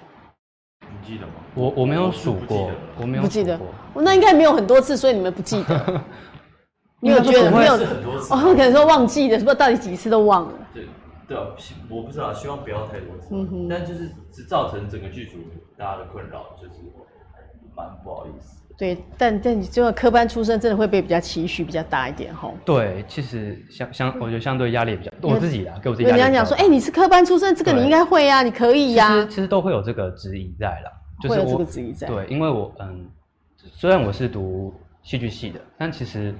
你记得吗？
我我没有
是
数
不记
过
得了，
我没有
不记
数
得
过。。
哦那应该没有很多次，所以你们不记得。你有
应该
觉得
不
没
会
有？
是很多次
哦，可能说忘记了，不知道到底几次都忘了。
对对啊，希我不知道，希望不要太多次。
嗯哼
但就是只造成整个剧组大家的困扰，就是蛮不好意思的。
对，但但你这个科班出身，真的会被比较期许比较大一点吼。
对，其实相相，我觉得相对压力也比较，我自己啦，给我自
因
己
为
压
人
力
家
比较
讲说，
大
哎、你是科班出身，这个你
对
应该会啊，你可以呀、
其实其实都会有这个质疑在啦，就是
会有这
我
个质疑在
对，因为我嗯，虽然我是读戏剧系的，但其实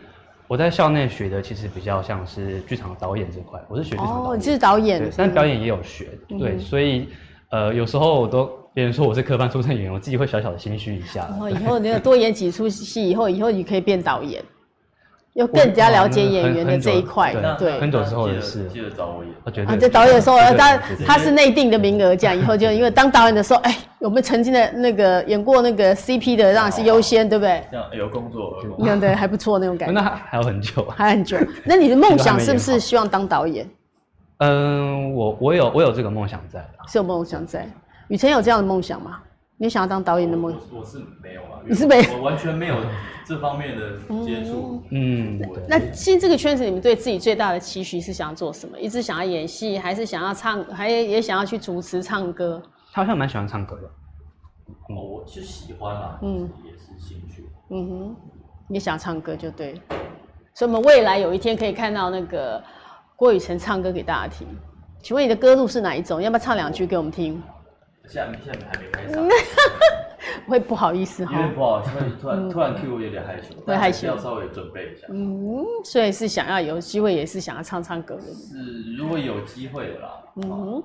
我在校内学的其实比较像是剧场导演这块，我是学剧场导演。
哦，你是导演嗯
对，，但表演也有学，对，所以呃，有时候我都别人说我是科班出身演员，我自己会小小的心虚一下。
然后哦以后你要多演几出戏，以后以后你可以变导演，又更加了解演员的这一块
对
那。
对，
很久之后
记
的
得
事
记得找我演。
我觉
啊，
得
这导演说，呃他
对对对
他是内定的名额，这样以后就因为当导演的时候，哎，我们曾经的那个演过那个 CP 的，当然是优先，对不
啊
对？
这样有工作有工
那
作，
样对，还不错那种感
那
觉，
还还有很久啊。
还很久。那你的梦想是不是希望当导演？
嗯，我我有我有这个梦想在的，
是有梦想在？雨辰有这样的梦想吗？你想要当导演的梦？
我我是没有啊，
你是没有哦
我完全没有这方面的接触。
嗯，对
那进这个圈子，你们对自己最大的期许是想要做什么？一直想要演戏，还是想要唱，还也想要去主持唱歌？
他好像蛮喜欢唱歌的。
哦我是喜欢啊，
嗯
也是兴趣。
嗯哼，也想唱歌就对了，所以我们未来有一天可以看到那个郭雨辰唱歌给大家听。请问你的歌路是哪一种？要不要唱两句给我们听？
下面下面还没开啊场，
会不好嗯意思
有点
哈。
不好，因为突然突然 Q 我有点害羞，但还是要稍微准备一下。
嗯，所以是想要有机会，也是想要唱唱歌的。
是如果有机会的啦，
嗯哼，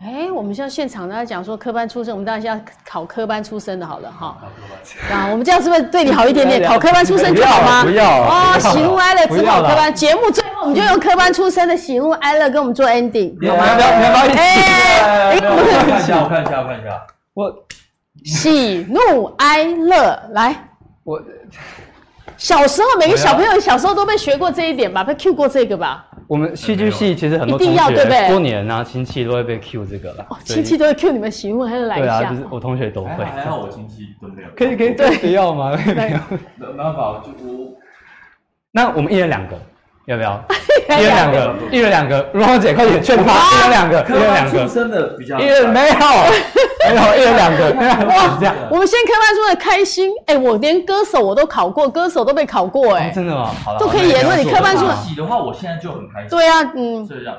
哎，我们现在现场大家讲说科班出身，我们当然是要考科班出身的，好了哈。
好好吧
啊，我们这样是不是对你好一点点？考科班出身就好吗？
不要不要
哦，
不要
喜怒哀乐
不
只
要
考
啦
科班。节目最后我们就用科班出身的喜怒哀乐跟我们做 ending。
你要不要不要不要一
哎，
没有我看一下，我看一下，我看一下。
我
喜怒哀乐，来，
我
小时候每个小朋友小时候都被学过这一点吧，被 Q 过这个吧，
我们戏剧系其实很多
一定
同
要对不对
学过年啊亲戚都会被 cue 这个啦
哦，，
所
亲
以
戚都会 Q 你们喜怒哀乐来一
对啊，
下
就是。我同学都
还
会
好，还好我亲戚都没有。
可以可以
对
不要吗？
对
没有办法，我就我
那我们一人两个，要 不要？
人
一人两个，一人两个，荣荣姐快点劝他，一人两个，
科
一人
班
两
出
个，
身的比较
一 人没有，没有一人两个，哇，这样，
啊
我们先科班出身的开心，哎，我连歌手我都考过，歌手都被考过，哎
哦，真的吗？好了，
都可以
好
言论
那
你
就
科班出
我
身
吧
喜的话，我现在就很开心。
对啊，嗯，
所以这样，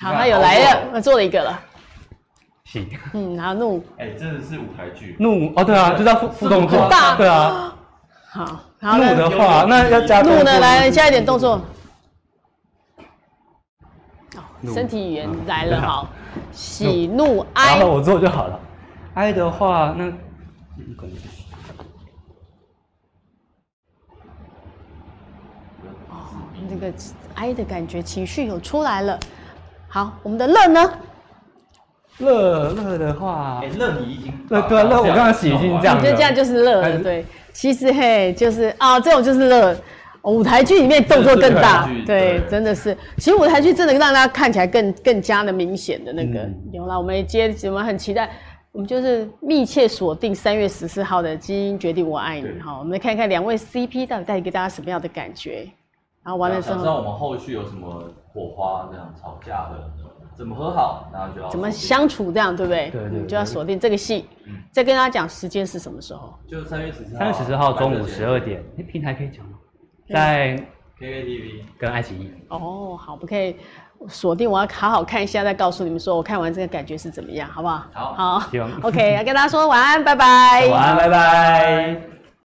好，他有来
哦
了，我做了一个了，
行，
嗯，然后怒，
哎，真的是舞台剧。
嗯
怒哦，对啊，就是要副副动
很
作
大，
对啊，
好，然后
怒
呢
的，话，那要加动
怒
作
呢，来加一点动作。哦
怒
身体语言
嗯
来了，
对啊
好，喜怒哀
然后我做就好了。哀的话，那嗯可能
那个哀的感觉，情绪有出来了。好，我们的乐呢？
乐乐的话
哎，，乐你已经
乐对啊乐我刚刚喜已经这样
你就这样就是乐
还
了，
是
对。其实嘿，就是啊，这种就是乐。哦舞台剧里面动作更大
是是舞台，剧
对，
对
真的是。其实舞台剧真的让大家看起来更更加的明显的那个
嗯。
有啦，我们也接，我们很期待我们就是密切锁定三月十四号的《基因决定我爱你
对》
哈，我们来看看两位 CP 到底带给大家什么样的感觉。然后完了之
想知道
后
我们后续有什么火花，这样吵架的，怎么和哦好，然后就要
怎么
锁定
相处，这样对不对？
对对
嗯
对
就要锁定这个戏
嗯。
再跟大家讲时间是什么时候？
就三月十四
三月十四号中午十二
点
点，哎，平台可以讲吗？
对
在
KKTV，
跟爱奇艺。
哦，好，我们可以锁定，我要好好看一下，再告诉你们说我看完这个感觉是怎么样，好不好？
好
好
希望
哎 OK，要跟大家说晚安，拜拜。
晚安，拜拜